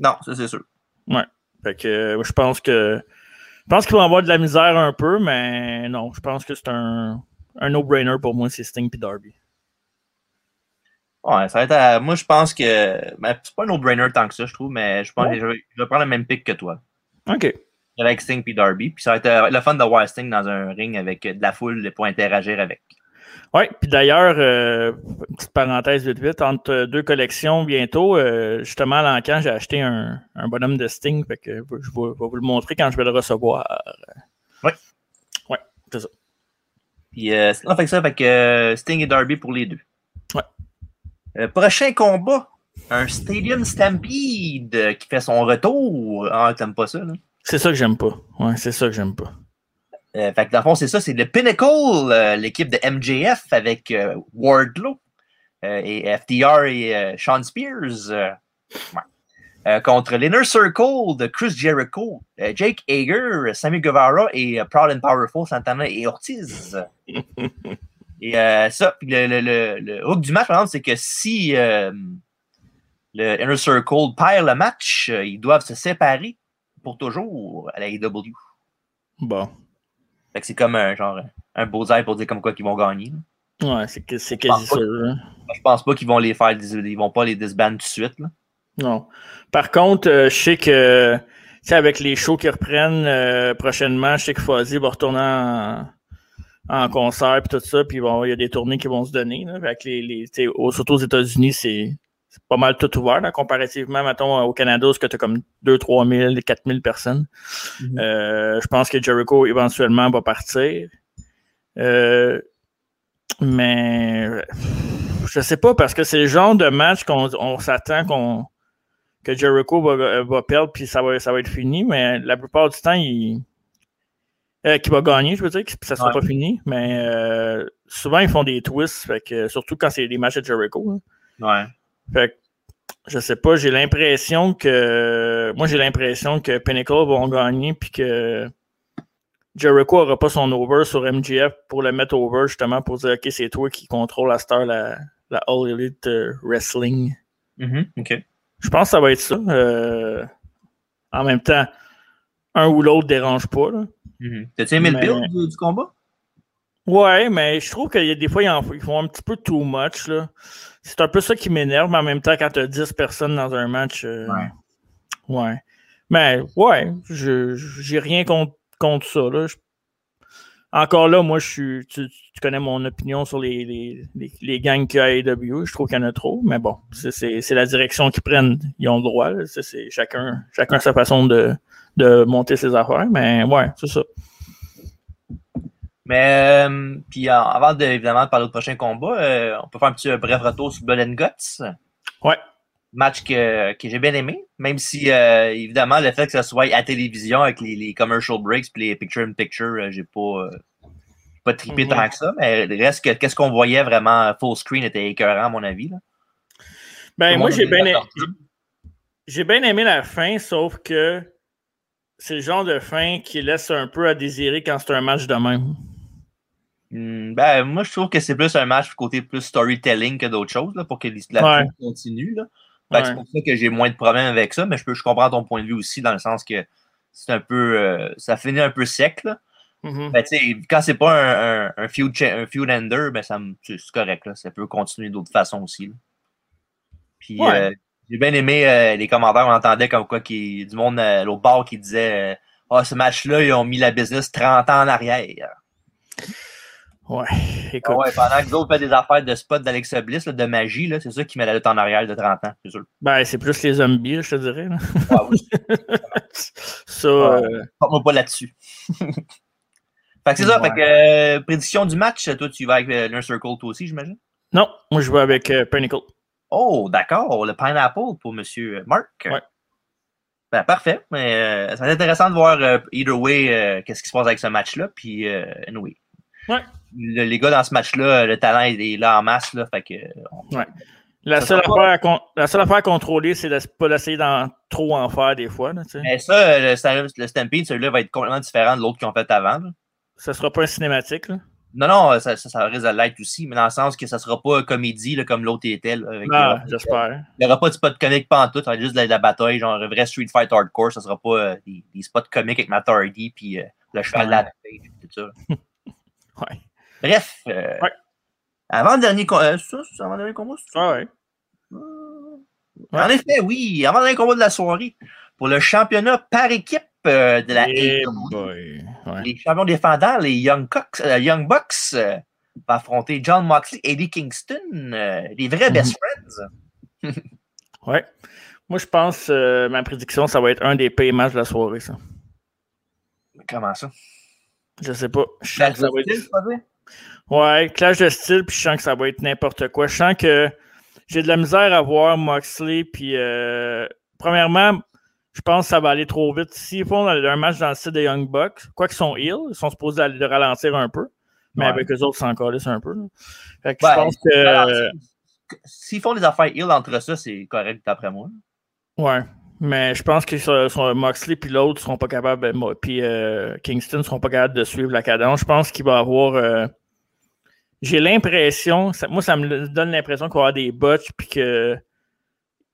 Speaker 1: Non, ça c'est sûr.
Speaker 2: Ouais. Fait que euh, je pense que je pense qu'ils vont avoir de la misère un peu, mais non, je pense que c'est un, un no-brainer pour moi, c'est Sting et Darby.
Speaker 1: Ouais, ça va être à... Moi, je pense que. Ben, c'est pas un no-brainer tant que ça, je trouve, mais je pense
Speaker 2: Ouais.
Speaker 1: que je vais, je vais prendre le même pick que toi.
Speaker 2: OK.
Speaker 1: Avec Sting puis Darby. Puis ça va être euh, le fun de voir Sting dans un ring avec euh, de la foule pour interagir avec.
Speaker 2: Oui, puis d'ailleurs, euh, petite parenthèse vite vite, entre euh, deux collections bientôt, euh, justement à l'encan, j'ai acheté un, un bonhomme de Sting, fait que je vais, je vais vous le montrer quand je vais le recevoir.
Speaker 1: Puis euh, sinon, fait que ça, fait que euh, Sting et Darby pour les deux.
Speaker 2: Ouais.
Speaker 1: Euh, prochain combat, un Stadium Stampede euh, qui fait son retour. Ah, t'aimes pas ça, là?
Speaker 2: C'est ça que j'aime pas. Ouais, c'est ça que j'aime pas.
Speaker 1: Euh, fait que dans le fond, c'est ça, c'est le Pinnacle, euh, l'équipe de MJF avec euh, Wardlow euh, et FTR et euh, Sean Spears euh, ouais. Euh, contre l'Inner Circle de Chris Jericho, euh, Jake Hager, Sammy Guevara et euh, Proud and Powerful Santana et Ortiz. et euh, ça, puis le, le- le- le hook du match, par exemple, c'est que si euh, le Inner Circle perd le match, euh, ils doivent se séparer pour toujours à la AEW.
Speaker 2: Bon.
Speaker 1: Fait que c'est comme un genre un beau air pour dire comme quoi qu'ils vont gagner. là.
Speaker 2: Ouais, c'est que- c'est
Speaker 1: pense
Speaker 2: quasi
Speaker 1: pas.
Speaker 2: sûr. hein.
Speaker 1: Je pense pas qu'ils vont les faire dis- ils vont pas les disband tout de suite. Là.
Speaker 2: Non. Par contre, euh, je sais que tu sais, avec les shows qui reprennent euh, prochainement, je sais que Fozzy va retourner en, en concert puis tout ça, puis bon, il y a des tournées qui vont se donner. Là, avec les, les, tu sais, au- surtout aux États-Unis, c'est c'est pas mal tout ouvert là, comparativement, mettons, au Canada, où tu as comme 2 3 000, 4 000 personnes.
Speaker 1: Mhm.
Speaker 2: Euh, je pense que Jericho, éventuellement, va partir. Euh, mais je sais pas, parce que c'est le genre de match qu'on on s'attend qu'on que Jericho va, va perdre puis ça va, ça va être fini, mais la plupart du temps, il. euh, qui va gagner, je veux dire, que ça sera
Speaker 1: Ouais.
Speaker 2: pas fini, mais euh, souvent ils font des twists, fait que, surtout quand c'est des matchs de Jericho. hein.
Speaker 1: Ouais.
Speaker 2: Fait que, je sais pas, j'ai l'impression que. Moi, j'ai l'impression que Pinnacle vont gagner, puis que Jericho aura pas son over sur MGF pour le mettre over, justement, pour dire, OK, c'est toi qui contrôle à cette heure la, la All Elite euh, Wrestling.
Speaker 1: Mhm, OK.
Speaker 2: Je pense que ça va être ça. euh, en même temps, un ou l'autre dérange pas. là.
Speaker 1: Mhm. T'as-tu aimé
Speaker 2: Mais-
Speaker 1: le build du, du combat?
Speaker 2: Ouais, mais je trouve que y a des fois, ils, en f- ils font un petit peu too much. là. C'est un peu ça qui m'énerve, mais en même temps, quand tu as 10 personnes dans un match. euh,
Speaker 1: Ouais.
Speaker 2: ouais. Mais ouais, je j'ai rien contre, contre ça. là. Je- Encore là, moi, je suis. Tu, tu connais mon opinion sur les, les, les, les gangs qu'il y a à AEW. Je trouve qu'il y en a trop, mais bon, c'est- c'est c'est la direction qu'ils prennent. Ils ont le droit. là. C'est- c'est chacun, chacun sa façon de, de monter ses affaires. Mais ouais, c'est ça.
Speaker 1: Mais euh, puis euh, avant de, évidemment de parler du prochain combat, euh, on peut faire un petit euh, bref retour sur Blood and Guts.
Speaker 2: Ouais.
Speaker 1: Match que, que j'ai bien aimé, même si euh, évidemment le fait que ça soit à télévision avec les, les commercial breaks puis les picture in picture, euh, j'ai pas euh, j'ai pas trippé
Speaker 2: Mhm.
Speaker 1: tant que ça, mais le reste que qu'est-ce qu'on voyait vraiment full screen était écœurant à mon avis. là.
Speaker 2: Ben,
Speaker 1: Tout le
Speaker 2: moi,
Speaker 1: monde
Speaker 2: j'ai
Speaker 1: aimait
Speaker 2: bien
Speaker 1: la
Speaker 2: aimé.
Speaker 1: tortue.
Speaker 2: J'ai bien aimé la fin, sauf que c'est le genre de fin qui laisse un peu à désirer quand c'est un match de même.
Speaker 1: Hmm, ben, moi, je trouve que c'est plus un match côté plus storytelling que d'autres choses, là, pour que l'his- la
Speaker 2: Ouais.
Speaker 1: foule continue. Là. Fait que C'est
Speaker 2: Ouais.
Speaker 1: pour ça que j'ai moins de problèmes avec ça, mais je, peux, je comprends ton point de vue aussi, dans le sens que c'est un peu. euh, ça finit un peu sec. Là.
Speaker 2: Mhm.
Speaker 1: Ben, tu sais, quand c'est pas un, un, un feud, cha- un feud ender, ben, ça me- c'est c'est correct. Là. Ça peut continuer d'autres façons aussi. là. Puis,
Speaker 2: Ouais.
Speaker 1: euh, j'ai bien aimé euh, les commentaires, on entendait comme quoi qu'il- du monde euh, au bar qui disait euh, Ah, ce match-là, ils ont mis la business 30 ans en arrière.
Speaker 2: Ouais, écoute.
Speaker 1: Ah ouais, pendant que les autres font des affaires de spot d'Alexa Bliss, là, de magie, là, c'est sûr qu'ils met la lutte en arrière de 30 ans, c'est sûr.
Speaker 2: Ben, c'est plus les zombies, là, je te dirais. là.
Speaker 1: Ah oui, Ah
Speaker 2: Ça,
Speaker 1: Ouais.
Speaker 2: euh,
Speaker 1: porte-moi pas là-dessus. fait que c'est ça,
Speaker 2: Ouais.
Speaker 1: fait que euh, prédiction du match, toi tu vas avec euh, l'Inner Circle, toi aussi, j'imagine.
Speaker 2: non, moi, je vais avec euh, Pinnacle.
Speaker 1: Oh, d'accord, le pineapple pour Monsieur euh, Mark.
Speaker 2: Ouais.
Speaker 1: Ben, parfait, mais euh, ça va être intéressant de voir euh, either way euh, qu'est-ce qui se passe avec ce match-là, puis euh, anyway.
Speaker 2: Ouais.
Speaker 1: Le- les gars dans ce match-là, le talent il est là en masse, là, fait que euh, on-
Speaker 2: Ouais. La
Speaker 1: Ça
Speaker 2: seule,
Speaker 1: sera pas-
Speaker 2: affaire à con- la seule affaire à contrôler, c'est de pas d'essayer d'en trop en faire des fois. Là, tu sais.
Speaker 1: Mais ça, le, Stan- le Stampede, celui-là va être complètement différent de l'autre qu'ils ont fait avant. là.
Speaker 2: Ça sera pas un cinématique. Là.
Speaker 1: Non, non, euh, ça, ça, ça risque de l'être aussi, mais dans le sens que ça sera pas comédie là, comme l'autre était. là, avec-
Speaker 2: Ah,
Speaker 1: euh,
Speaker 2: j'espère.
Speaker 1: il n'y aura pas de spot comique pantoute, ça va être juste de la, de la bataille, genre un vrai Street Fight Hardcore, ça sera pas euh, des, des spots comiques avec Matt Hardy puis euh, le cheval de la page, tout ça.
Speaker 2: Ouais.
Speaker 1: Bref, euh,
Speaker 2: Ouais.
Speaker 1: Avant le dernier combat. Euh, ça, c'est avant le dernier combat? Ça? Euh,
Speaker 2: Ah ouais.
Speaker 1: En effet, oui, avant le dernier combat de la soirée, pour le championnat par équipe euh, de la
Speaker 2: Eh
Speaker 1: AEW,
Speaker 2: boy. Ouais.
Speaker 1: les champions défendants, les Young, Cox- euh, Young Bucks, euh, vont affronter John Moxley, Eddie Kingston, euh, les
Speaker 2: Mhm.
Speaker 1: vrais best friends.
Speaker 2: Ouais. Moi, je pense, euh, ma prédiction, ça va être un des pires matchs de la soirée, ça.
Speaker 1: Comment ça?
Speaker 2: Je sais pas. Je sens
Speaker 1: Clash
Speaker 2: que ça va
Speaker 1: de style,
Speaker 2: être...
Speaker 1: tu vas dire?
Speaker 2: Ouais, clash de style, puis je sens que ça va être n'importe quoi. Je sens que j'ai de la misère à voir Moxley, puis euh, premièrement, je pense que ça va aller trop vite. S'ils font un match dans le style des Young Bucks, quoi qu'ils sont heal, ils sont supposés aller- de ralentir un peu, mais
Speaker 1: Ouais.
Speaker 2: avec eux autres, c'est encore là, un peu. là. Fait que
Speaker 1: Ouais,
Speaker 2: je pense que...
Speaker 1: Alors, s- S'ils font des affaires heal entre ça, c'est correct d'après moi.
Speaker 2: Ouais. Mais je pense que ça- ça- Moxley puis l'autre seront pas capables, ben, Mo- puis euh, Kingston seront pas capables de suivre la cadence. Je pense qu'il va avoir. euh, J'ai l'impression, ça- moi ça me le- donne l'impression qu'il va y avoir des botches puis que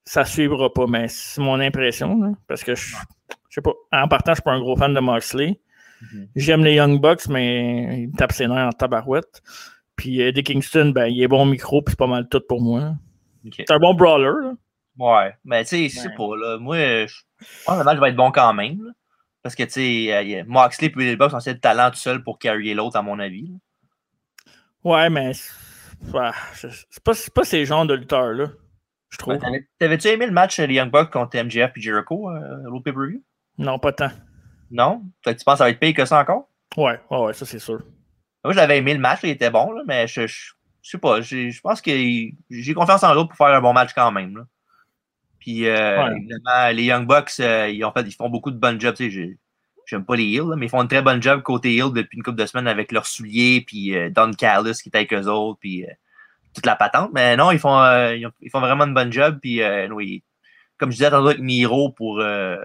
Speaker 2: ça suivra pas. Mais c'est mon impression, là, parce que je, je sais pas. En partant, je suis pas un gros fan de Moxley.
Speaker 1: Mhm.
Speaker 2: J'aime les Young Bucks, mais il me tape ses nerfs en tabarouette. Puis Eddie Kingston, ben il est bon au micro puis c'est pas mal tout pour moi.
Speaker 1: Ok.
Speaker 2: C'est un bon brawler. Là.
Speaker 1: Ouais, mais tu sais, je sais
Speaker 2: Ouais.
Speaker 1: pas, là. Moi, euh, je pense que le match va être bon quand même. là. Parce que, tu sais, euh, y a- Moxley et les Bucks ont assez de talent tout seul pour carrier l'autre, à mon avis. là.
Speaker 2: Ouais, mais c'est ouais, je- c'est pas, c'est pas ces genres de lutteurs-là, je trouve.
Speaker 1: Ouais, t'avais- T'avais-tu aimé le match euh, les Young Bucks contre MJF et Jericho, euh, l'autre pay-per-view?
Speaker 2: Non, pas tant.
Speaker 1: Non? Fait que tu penses que ça va être pire que ça encore?
Speaker 2: Ouais, ouais, ouais, ça c'est sûr.
Speaker 1: Moi, j'avais aimé le match, il était bon, là, mais je, je, je sais pas. j'ai- Je pense que j'ai confiance en l'autre pour faire un bon match quand même. là. Puis, euh,
Speaker 2: Ouais.
Speaker 1: évidemment, les Young Bucks, euh, ils, ont fait, ils font beaucoup de bonnes jobs. tu sais, j'ai- J'aime pas les Heels, là, mais ils font une très bonne job côté Heels depuis une couple de semaines avec leurs souliers, puis euh, Don Callis qui était avec eux autres, puis euh, toute la patente. Mais non, ils font, euh, ils ont- ils font vraiment une bonne job. Puis, euh, oui, comme je disais tantôt avec Miro, pour, euh,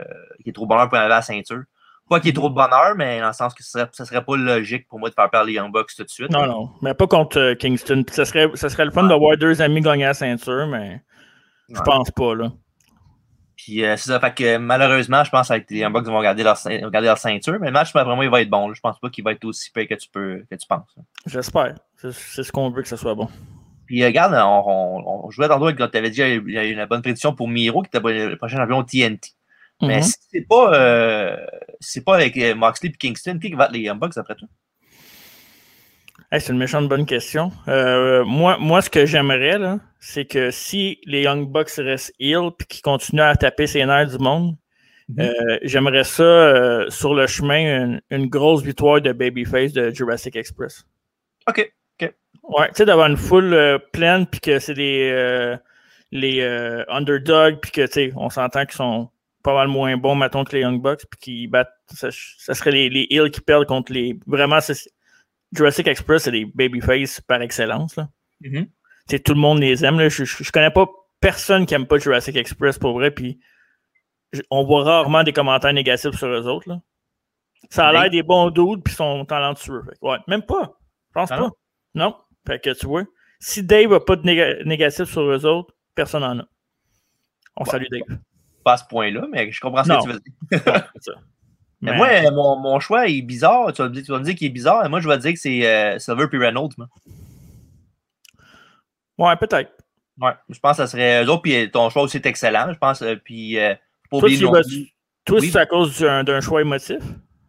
Speaker 1: qui est trop bonheur pour enlever la ceinture. Pas qu'il est trop de bonheur, mais dans le sens que ce serait, ce serait pas logique pour moi de faire parler Young Bucks tout de suite.
Speaker 2: Non, non, mais pas contre euh, Kingston. Puis ça serait, ça serait le fun d'avoir deux amis gagner la ceinture, mais je
Speaker 1: Ouais.
Speaker 2: pense pas, là.
Speaker 1: Puis euh, c'est ça, fait que malheureusement, je pense que les Young Bucks vont garder leur, ceint- garder leur ceinture, mais le match, d'après moi, il va être bon. là. Je pense pas qu'il va être aussi pire que tu, peux, que tu penses.
Speaker 2: J'espère. C'est c'est ce qu'on veut que ça soit bon.
Speaker 1: Puis euh, regarde, on, on, on jouait tantôt avec, tu avais dit, il y a eu une bonne prédiction pour Miro, qui était le prochain champion TNT. Mais
Speaker 2: Mhm.
Speaker 1: si c'est pas, euh, c'est pas avec euh, Moxley et Kingston, qui va être les Young Bucks après tout?
Speaker 2: Hey, c'est une méchante bonne question. Euh, moi, moi, ce que j'aimerais, là, c'est que si les Young Bucks restent ill puis qu'ils continuent à taper ses nerfs du monde,
Speaker 1: Mhm.
Speaker 2: euh, j'aimerais ça, euh, sur le chemin, une, une grosse victoire de Babyface de Jurassic Express.
Speaker 1: OK.
Speaker 2: Ouais, tu sais, d'avoir une foule euh, pleine puis que c'est des euh, les euh, underdogs puis que, tu sais, on s'entend qu'ils sont pas mal moins bons, mettons, que les Young Bucks puis qu'ils battent. Ça, ça serait les, les Hills qui perdent contre les. Vraiment, c'est- Jurassic Express, c'est des Babyface par excellence, là.
Speaker 1: Mhm.
Speaker 2: Tu sais, tout le monde les aime, là. Je, je, je connais pas personne qui aime pas Jurassic Express pour vrai, puis je- on voit rarement des commentaires négatifs sur eux autres, là. Ça a
Speaker 1: Mais-
Speaker 2: l'air des bons dudes puis ils sont talentueux. Fait que, ouais, même pas. Je pense
Speaker 1: Ah
Speaker 2: pas. Non. Fait que tu vois, si Dave n'a pas de néga- négatif sur eux autres, personne n'en a. On
Speaker 1: Ouais.
Speaker 2: salue Dave.
Speaker 1: Pas à ce point-là, mais je comprends ce
Speaker 2: Non.
Speaker 1: que tu veux dire.
Speaker 2: C'est ça.
Speaker 1: Mais
Speaker 2: Mais-
Speaker 1: moi, euh, mon, mon choix est bizarre. Tu vas, me dire- tu vas me dire qu'il est bizarre, et moi, je vais te dire que c'est euh, Silver puis Reynolds. moi.
Speaker 2: Ouais, peut-être.
Speaker 1: Ouais, je pense que ça serait eux autres, puis euh, ton choix aussi est excellent, je pense. euh, puis, euh, faut pas
Speaker 2: Toi,
Speaker 1: oublier
Speaker 2: tu
Speaker 1: non
Speaker 2: vas-
Speaker 1: plus-
Speaker 2: Toi,
Speaker 1: Oui.
Speaker 2: c'est à cause d'un d'un choix émotif.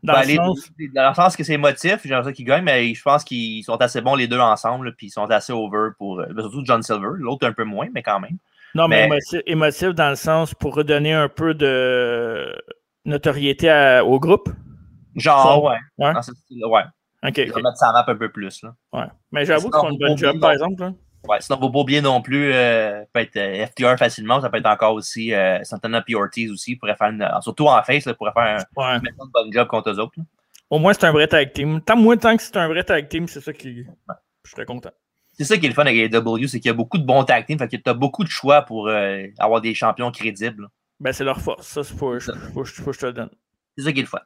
Speaker 2: Dans
Speaker 1: Ben,
Speaker 2: le
Speaker 1: les-
Speaker 2: sens.
Speaker 1: dans le sens que c'est motif, j'aimerais ça qu'ils gagnent, mais je pense qu'ils sont assez bons les deux ensemble, là, puis ils sont assez over pour. euh, ben, surtout John Silver, l'autre un peu moins, mais quand même.
Speaker 2: Non, mais,
Speaker 1: Mais-
Speaker 2: émotif, émotif dans le sens pour redonner un peu de notoriété à- au groupe.
Speaker 1: Genre,
Speaker 2: Son-
Speaker 1: ouais.
Speaker 2: ouais.
Speaker 1: Dans ce style-là, ouais.
Speaker 2: OK.
Speaker 1: Ils
Speaker 2: ok.
Speaker 1: vont mettre sa map un peu plus. Là.
Speaker 2: Ouais. Mais j'avoue qu'ils
Speaker 1: Sinon,
Speaker 2: font une bonne
Speaker 1: on-
Speaker 2: job,
Speaker 1: on-
Speaker 2: par exemple. hein. là.
Speaker 1: Ouais, sinon, faut pas oublier non plus, euh, peut être euh, FTR facilement, ça peut être encore aussi euh, Santana puis Ortiz aussi, pourrait faire une- surtout en face, là, pourrait faire un,
Speaker 2: Ouais.
Speaker 1: mettons, une bonne job contre eux autres. là.
Speaker 2: Au moins, c'est un vrai tag team. Tant, moins tant que c'est un vrai tag team, c'est ça qui. Je serais content.
Speaker 1: C'est ça qui est le fun avec AEW, c'est qu'il y a beaucoup de bons tag teams, fait que t'as beaucoup de choix pour euh, avoir des champions crédibles. là.
Speaker 2: Ben, c'est leur force. Ça, c'est faut, faut, faut- faut que je te le donne.
Speaker 1: C'est ça qui est le fun.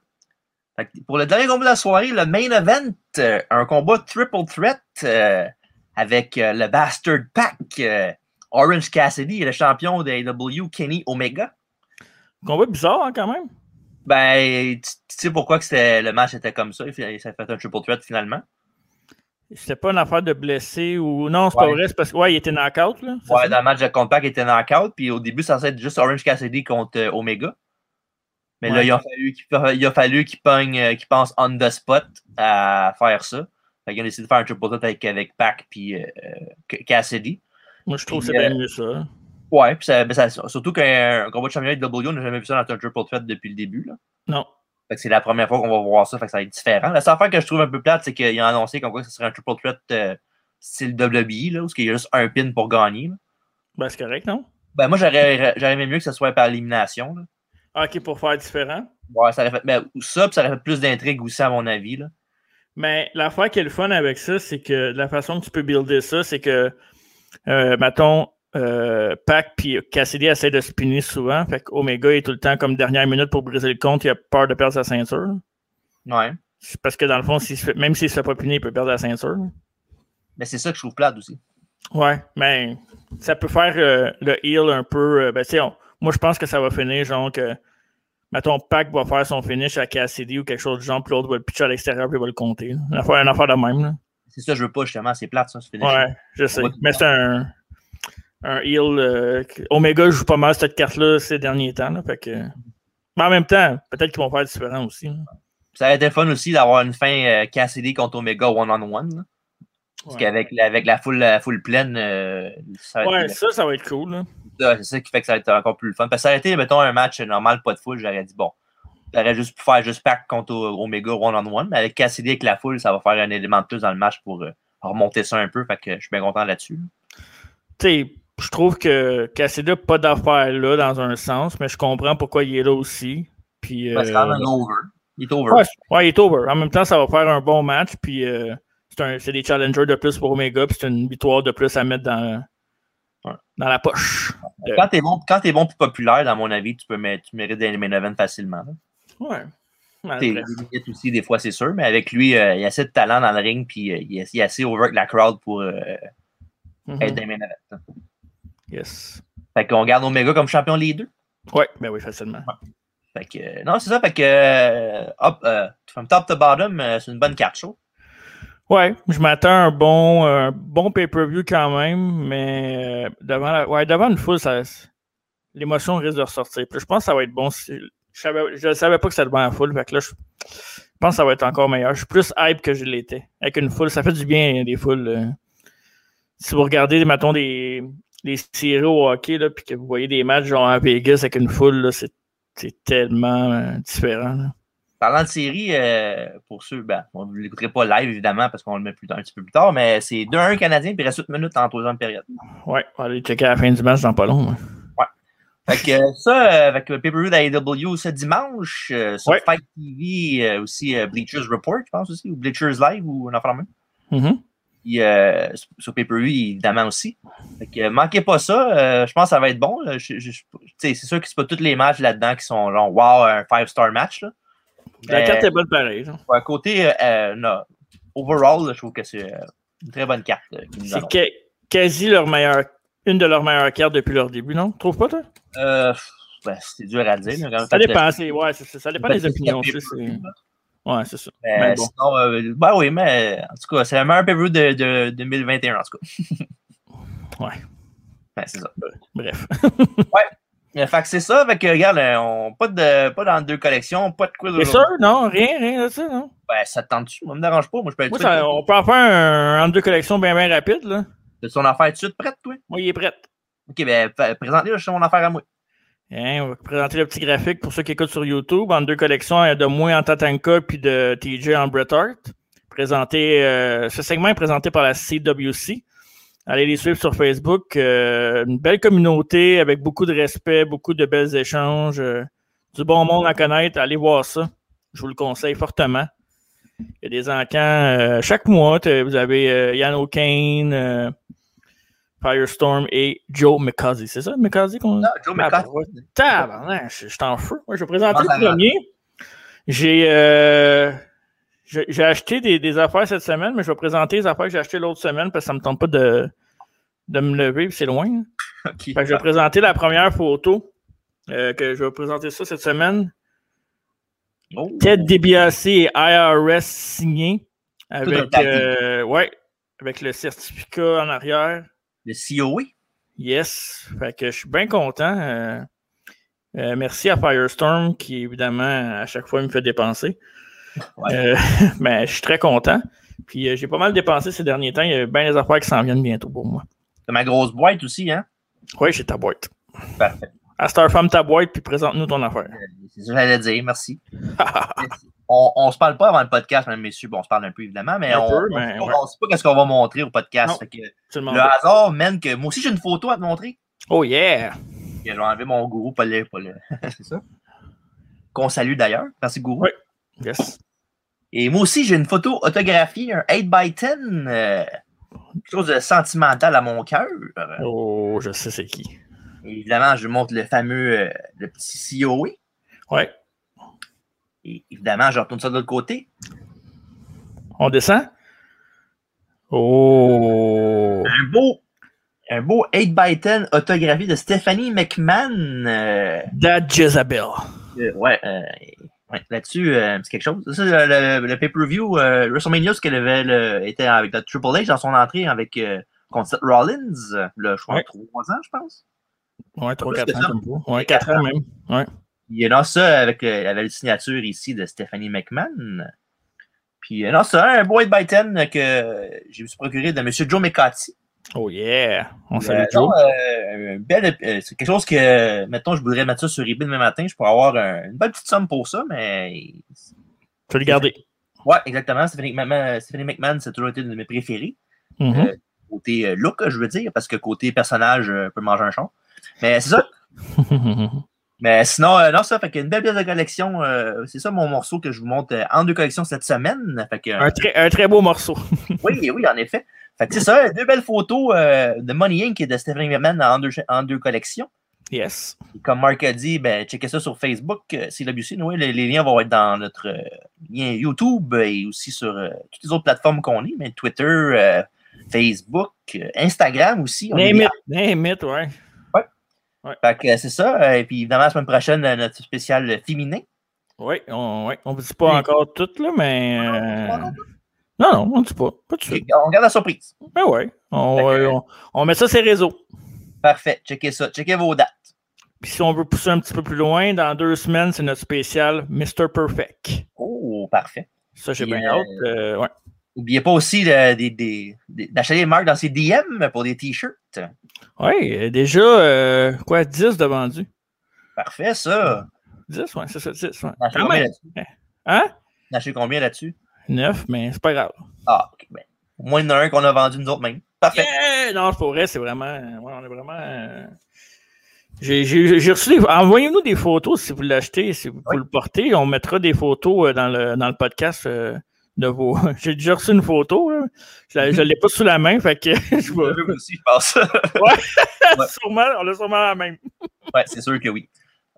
Speaker 1: Fait que pour le dernier combat de la soirée, le main event, euh, un combat triple threat euh, avec euh, le Bastard Pack, euh, Orange Cassidy et le champion de AEW, Kenny Omega.
Speaker 2: Combat bizarre, hein, quand même.
Speaker 1: Ben, tu tu sais pourquoi que c'était- le match était comme ça, il fait- ça a fait un triple threat finalement.
Speaker 2: C'était pas une affaire de blessé ou. Non, c'est ouais. pas vrai, c'est parce que. Ouais, il était knock-out, là.
Speaker 1: Ouais, ça? dans le match de compact, il était knock-out, puis au début, ça être juste Orange Cassidy contre euh, Omega. Mais ouais. là, il a fallu qu'il, fallu qu'il, pogne, euh, qu'il pense on the spot à faire ça. Fait qu'ils ont décidé de faire un triple threat avec, avec Pac puis euh, Cassidy.
Speaker 2: Moi, je trouve que c'est bien mieux, ça.
Speaker 1: Ouais, puis ça, ça, surtout qu'un combat de championnat de W, on n'a jamais vu ça dans un triple threat depuis le début. Là.
Speaker 2: Non.
Speaker 1: Fait que c'est la première fois qu'on va voir ça, fait que ça va être différent. La seule affaire que je trouve un peu plate, c'est qu'ils ont annoncé comme quoi ce serait un triple threat euh, style WWE, là, où il y a juste un pin pour gagner. Là.
Speaker 2: Ben, c'est correct, non?
Speaker 1: Ben, moi, j'aurais, j'aurais aimé mieux que ce soit par élimination. Là.
Speaker 2: Ah, ok, pour faire différent.
Speaker 1: Ouais, ça aurait fait, ben, ça, puis ça aurait fait plus d'intrigue aussi, à mon avis. Là.
Speaker 2: Mais l'affaire qui est le fun avec ça, c'est que la façon que tu peux builder ça, c'est que, euh, mettons, euh, Pac puis Cassidy essaie de spinner souvent. Fait Omega est tout le temps comme dernière minute pour briser le compte. Il a peur de perdre sa ceinture.
Speaker 1: Ouais.
Speaker 2: C'est parce que dans le fond, s'il se fait, même s'il se fait pas punir, il peut perdre la ceinture.
Speaker 1: Mais c'est ça que je trouve plate aussi.
Speaker 2: Ouais, mais ça peut faire euh, le heal un peu. Euh, ben, on, moi, je pense que ça va finir genre que. Mettons, Pac va faire son finish à Cassidy ou quelque chose du genre, puis l'autre va le pitcher à l'extérieur, puis il va le compter. Là. Une affaire, une affaire de même. Là.
Speaker 1: C'est ça, je veux pas, justement. C'est plate, ça, ce finish.
Speaker 2: Ouais, je sais. Mais c'est un un heal. Euh, Omega joue pas mal cette carte-là ces derniers temps. Là, fait que... Mais en même temps, peut-être qu'ils vont faire différent aussi. Là.
Speaker 1: Ça a été fun aussi d'avoir une fin euh, Cassidy contre Omega one-on-one. Là. Parce ouais. qu'avec avec la foule, la foule pleine, euh,
Speaker 2: ça, va ouais, être... ça, ça va être cool.
Speaker 1: C'est ça qui fait que ça va être encore plus fun. Parce que ça a été, mettons, un match normal, pas de foule, j'aurais dit bon. J'aurais juste pu faire juste pack contre Omega one-on-one, mais avec Cassidy avec la foule, ça va faire un élément de plus dans le match pour euh, remonter ça un peu. Fait que je suis bien content là-dessus.
Speaker 2: Tu je trouve que Cassidy n'a pas d'affaires là dans un sens, mais je comprends pourquoi il est là aussi. Puis,
Speaker 1: Parce euh... qu'il over. Il est over.
Speaker 2: Ouais, ouais, il est over. En même temps, ça va faire un bon match. Puis euh, c'est, un, c'est des challengers de plus pour Omega. Puis c'est une victoire de plus à mettre dans, ouais. dans la poche.
Speaker 1: Ouais. Quand t'es bon, quand t'es bon plus populaire, dans mon avis, tu peux mettre, tu mérites des main events facilement. Là.
Speaker 2: Ouais.
Speaker 1: T'es aussi des fois, c'est sûr, mais avec lui, euh, il y a assez de talent dans le ring, puis euh, il, est, assez over avec la crowd pour
Speaker 2: Mm.
Speaker 1: mm-hmm. être des main events.
Speaker 2: Mhm. Yes.
Speaker 1: Fait qu'on garde Omega comme champion les deux.
Speaker 2: Ouais, ben oui, facilement.
Speaker 1: Ouais. Fait que, euh, non, c'est ça. Fait que, euh, hop, euh, from top to bottom, euh, c'est une bonne carte show.
Speaker 2: Ouais, je m'attends à un bon, un bon pay-per-view quand même, mais euh, devant, la, ouais, devant une foule, ça, l'émotion risque de ressortir. Puis je pense que ça va être bon. Si, je ne savais pas que c'était devant la foule, fait que là, je, je, pense que ça va être encore meilleur. Je suis plus hype que je l'étais. Avec une foule, ça fait du bien, hein, des foules. euh. Si vous regardez, mettons, des, les séries au hockey, là, puis que vous voyez des matchs genre à Vegas avec une foule, là, c'est, c'est tellement euh, différent. Là.
Speaker 1: Parlant de séries, euh, pour ceux, ben, on ne l'écouterait pas live évidemment parce qu'on le met plus, un petit peu plus tard, mais c'est 2-1 Canadien, puis reste 8 minutes en troisième période.
Speaker 2: Ouais, on va aller checker à la fin du match dans pas long. Hein.
Speaker 1: Ouais. Fait que euh, ça, avec le pay-per-view d'AEW ce dimanche, euh, sur ouais. Fight TV, aussi euh, Bleachers Report, je pense aussi, ou Bleachers Live, ou un enfant
Speaker 2: Mm-hmm.
Speaker 1: même. Puis, euh, sur Pay-Per-View, évidemment aussi. Fait que, euh, manquez pas ça. Euh, je pense que ça va être bon. Je, je, c'est sûr que c'est pas tous les matchs là-dedans qui sont genre wow, un five-star match. Là.
Speaker 2: La
Speaker 1: Ben,
Speaker 2: carte est bonne pareil.
Speaker 1: Ouais, côté euh, non, overall, là, je trouve que c'est euh, une très bonne carte. euh,
Speaker 2: c'est ca- quasi leur meilleure, une de leurs meilleures cartes depuis leur début, non? Tu trouves pas, toi?
Speaker 1: Ben, c'est dur à dire.
Speaker 2: Là, ça, dépend, c'est, ouais, c'est, ça, ça dépend, des opinions. C'est, c'est... Ouais, c'est ça.
Speaker 1: Euh, mais bon. sinon, euh, bah oui, mais en tout cas, c'est le meilleur pay de, de, 2021, en tout
Speaker 2: cas. ouais.
Speaker 1: Ben, c'est ça.
Speaker 2: Bref.
Speaker 1: ouais. Euh, Fait que c'est ça. Fait que, regarde, euh, on, pas, de, pas dans deux collections, pas de quiz.
Speaker 2: C'est sûr, non, rien, rien de ça, non?
Speaker 1: Ben, ça te tente-tu? Moi, me dérange pas. Moi, je peux être
Speaker 2: Moi, ça, On peut en faire un, en deux collections bien, bien rapide, là.
Speaker 1: T'as son affaire tout de suite prête, toi?
Speaker 2: Moi, il est prêt.
Speaker 1: Ok, ben, présente-lui, je suis mon affaire à moi.
Speaker 2: Hein, on va présenter le petit graphique pour ceux qui écoutent sur YouTube. En deux collections, de moi en Tatanka puis de TJ en Bret Hart. Présenté, euh, ce segment est présenté par la CWC. Allez les suivre sur Facebook. Euh, une belle communauté avec beaucoup de respect, beaucoup de belles échanges. Euh, du bon monde à connaître. Allez voir ça. Je vous le conseille fortement. Il y a des encans euh, chaque mois. Vous avez euh, Yann O'Kane. euh, Firestorm et Joe McCausey. C'est ça, McCausey qu'on.
Speaker 1: Non, Ah, Joe McCausey.
Speaker 2: Ah, Tabarnak, je, je t'en feu. Moi, je vais présenter le premier. J'ai, euh, j'ai, j'ai acheté des, des, affaires cette semaine, mais je vais présenter les affaires que j'ai achetées l'autre semaine parce que ça me tente pas de, de me lever, c'est loin. Hein. Okay.
Speaker 1: Ah,
Speaker 2: je vais présenter la première photo euh, que je vais présenter ça cette semaine. Oh. Ted DiBiase et IRS signé. Avec, euh, ouais, avec le certificat en arrière.
Speaker 1: Le E. COE?
Speaker 2: Yes. Fait que je suis bien content. Euh, euh, merci à Firestorm qui, évidemment, à chaque fois me fait dépenser. Ouais. mais je suis très content. Puis euh, j'ai pas mal dépensé ces derniers temps. Il y a bien des affaires qui s'en viennent bientôt pour moi.
Speaker 1: T'as ma grosse boîte aussi, hein?
Speaker 2: Oui, j'ai ta boîte. Parfait. Astor, femme ta boîte, puis présente-nous ton affaire.
Speaker 1: C'est ce que j'allais dire, merci. merci. On, ne se parle pas avant le podcast, même messieurs. Bon, on se parle un peu, évidemment, mais un on ne sait Ben ouais. pas qu'est-ce qu'on va montrer au podcast. Non, fait que le bien. hasard mène que moi aussi, j'ai une photo à te montrer.
Speaker 2: Oh yeah!
Speaker 1: Je vais enlever mon gourou, pas le... Pas le... C'est ça? Qu'on salue d'ailleurs. Merci, gourou.
Speaker 2: Oui, yes.
Speaker 1: Et moi aussi, j'ai une photo autographiée, un 8x10. Euh, quelque chose de sentimental à mon cœur. Euh,
Speaker 2: Oh, je sais c'est qui.
Speaker 1: Évidemment, je montre le fameux euh, le petit COE.
Speaker 2: Ouais.
Speaker 1: Et évidemment, je retourne ça de l'autre côté.
Speaker 2: On descend. Oh!
Speaker 1: Un beau, un beau 8x10 autographié de Stephanie McMahon. Euh,
Speaker 2: Dad Jezebel.
Speaker 1: Euh, ouais, ouais là-dessus, euh, c'est quelque chose. Ça, le, le, le pay-per-view euh, WrestleMania, ce qu'elle avait, le, était avec la Triple H dans son entrée avec euh, contre Rollins, le, je crois, ouais. 3 ans, je pense.
Speaker 2: Ouais, 3-4 ans comme ça. Ouais, 4 ans même. Ouais.
Speaker 1: Il y a dans ça avec, euh, avec la signature ici de Stephanie McMahon. Puis non, ça, un beau 8x10 que je me suis procuré de M. Joe McCarthy.
Speaker 2: Oh yeah! On salue euh, Joe.
Speaker 1: Euh, c'est quelque chose que, mettons, je voudrais mettre ça sur eBay demain matin. Je pourrais avoir un, une belle petite somme pour ça, mais.
Speaker 2: Tu peux le garder.
Speaker 1: Ouais, exactement. Stephanie McMahon, Stephanie McMahon, c'est toujours été une de mes préférées.
Speaker 2: Mm -hmm.
Speaker 1: côté euh, look, je veux dire, parce que côté personnage, euh, peut manger un champ. Mais c'est ça.
Speaker 2: Mhm.
Speaker 1: Mais sinon, euh, non, ça fait qu'une belle pièce de collection. Euh, c'est ça mon morceau que je vous montre euh, en deux collections cette semaine. Fait que,
Speaker 2: un, très, un, très, beau morceau.
Speaker 1: oui, oui, en effet. Fait que c'est ça, deux belles photos euh, de Money Inc. et de Stephanie Merman en deux, en deux collections.
Speaker 2: Yes.
Speaker 1: Et comme Marc a dit, ben, checkez ça sur Facebook, euh, CWC. Nous, hein. les, les, liens vont être dans notre euh, lien YouTube et aussi sur euh, toutes les autres plateformes qu'on est, mais Twitter, euh, Facebook, euh, Instagram aussi.
Speaker 2: On name, it, name it, ouais.
Speaker 1: Ouais. Fait que euh, c'est ça. Et puis évidemment, la semaine prochaine, euh, notre spécial féminin.
Speaker 2: Oui, on ouais. ne dit pas oui. encore tout, là, mais. Euh... Non, non, on ne dit pas. pas de
Speaker 1: suite. On garde la surprise.
Speaker 2: Ben ouais. On, que... on, on, met ça sur les réseaux.
Speaker 1: Parfait. Checkez ça. Checkez vos dates.
Speaker 2: Puis si on veut pousser un petit peu plus loin, dans deux semaines, c'est notre spécial Mr. Perfect.
Speaker 1: Oh, parfait.
Speaker 2: Ça, j'ai bien hâte. Euh... Euh, ouais.
Speaker 1: N'oubliez pas aussi euh, d'acheter les marques dans ses DM pour des t-shirts.
Speaker 2: Oui, déjà, euh, quoi, 10 de vendus.
Speaker 1: Parfait, ça.
Speaker 2: 10, oui, c'est ça, 10. Ah
Speaker 1: N'achetez
Speaker 2: Ouais.
Speaker 1: combien là-dessus?
Speaker 2: Hein?
Speaker 1: N'achetez combien là-dessus?
Speaker 2: 9, mais c'est pas grave.
Speaker 1: Ah, OK. Ben, au moins, il y en a un qu'on a vendu nous autres même. Parfait.
Speaker 2: Yeah! Non, c'est pour vrai, c'est vraiment. Ouais, on est vraiment. Euh... J'ai reçu des... Envoyez-nous des photos si vous l'achetez, si vous, oui. le portez. On mettra des photos euh, dans, le, dans le podcast. euh, Vos... J'ai déjà reçu une photo. Là. Je ne l'ai pas sous la main, fait que
Speaker 1: je vois. aussi, je pense.
Speaker 2: ouais, ouais. Sûrement, on l'a sûrement la même.
Speaker 1: ouais, c'est sûr que oui.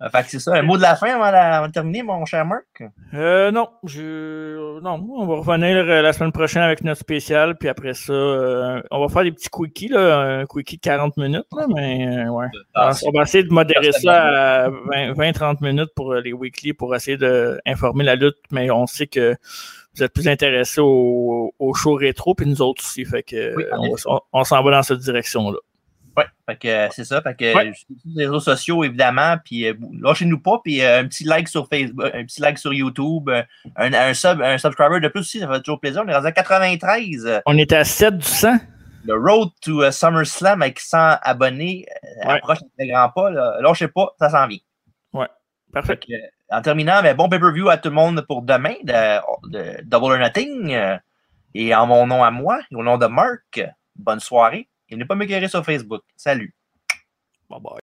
Speaker 1: Euh, fait que c'est ça. Un mot de la fin avant, la... avant de terminer, mon cher Marc?
Speaker 2: Euh, non, je... non, on va revenir euh, la semaine prochaine avec notre spécial, puis après ça, euh, on va faire des petits quickies, là, un quickie de 40 minutes, là, mais euh, ouais.
Speaker 1: Ah,
Speaker 2: Alors, on va essayer de modérer ça à 20-30 minutes pour euh, les weekly pour essayer d'informer la lutte, mais on sait que vous êtes plus intéressés au, au, show rétro, puis nous autres aussi. Fait que oui, on, on s'en va dans cette direction-là.
Speaker 1: Oui, fait que euh, c'est ça. Fait que ouais. les réseaux sociaux, évidemment, puis euh, lâchez-nous pas, puis euh, un petit like sur Facebook, un petit like sur YouTube, euh, un, un, sub, un subscriber de plus aussi, ça fait toujours plaisir. On est rendu à 93.
Speaker 2: On est à 7 du 100.
Speaker 1: Le Road to uh, SummerSlam avec 100 abonnés ouais. approche très grand pas. Là. Lâchez pas, ça s'en vient.
Speaker 2: Ouais, parfait.
Speaker 1: Que, en terminant, mais bon pay-per-view à tout le monde pour demain de, de Double or Nothing. euh, Et en mon nom à moi, et au nom de Marc, bonne soirée. Il n'est pas me guérir sur Facebook. Salut.
Speaker 2: Bye bye.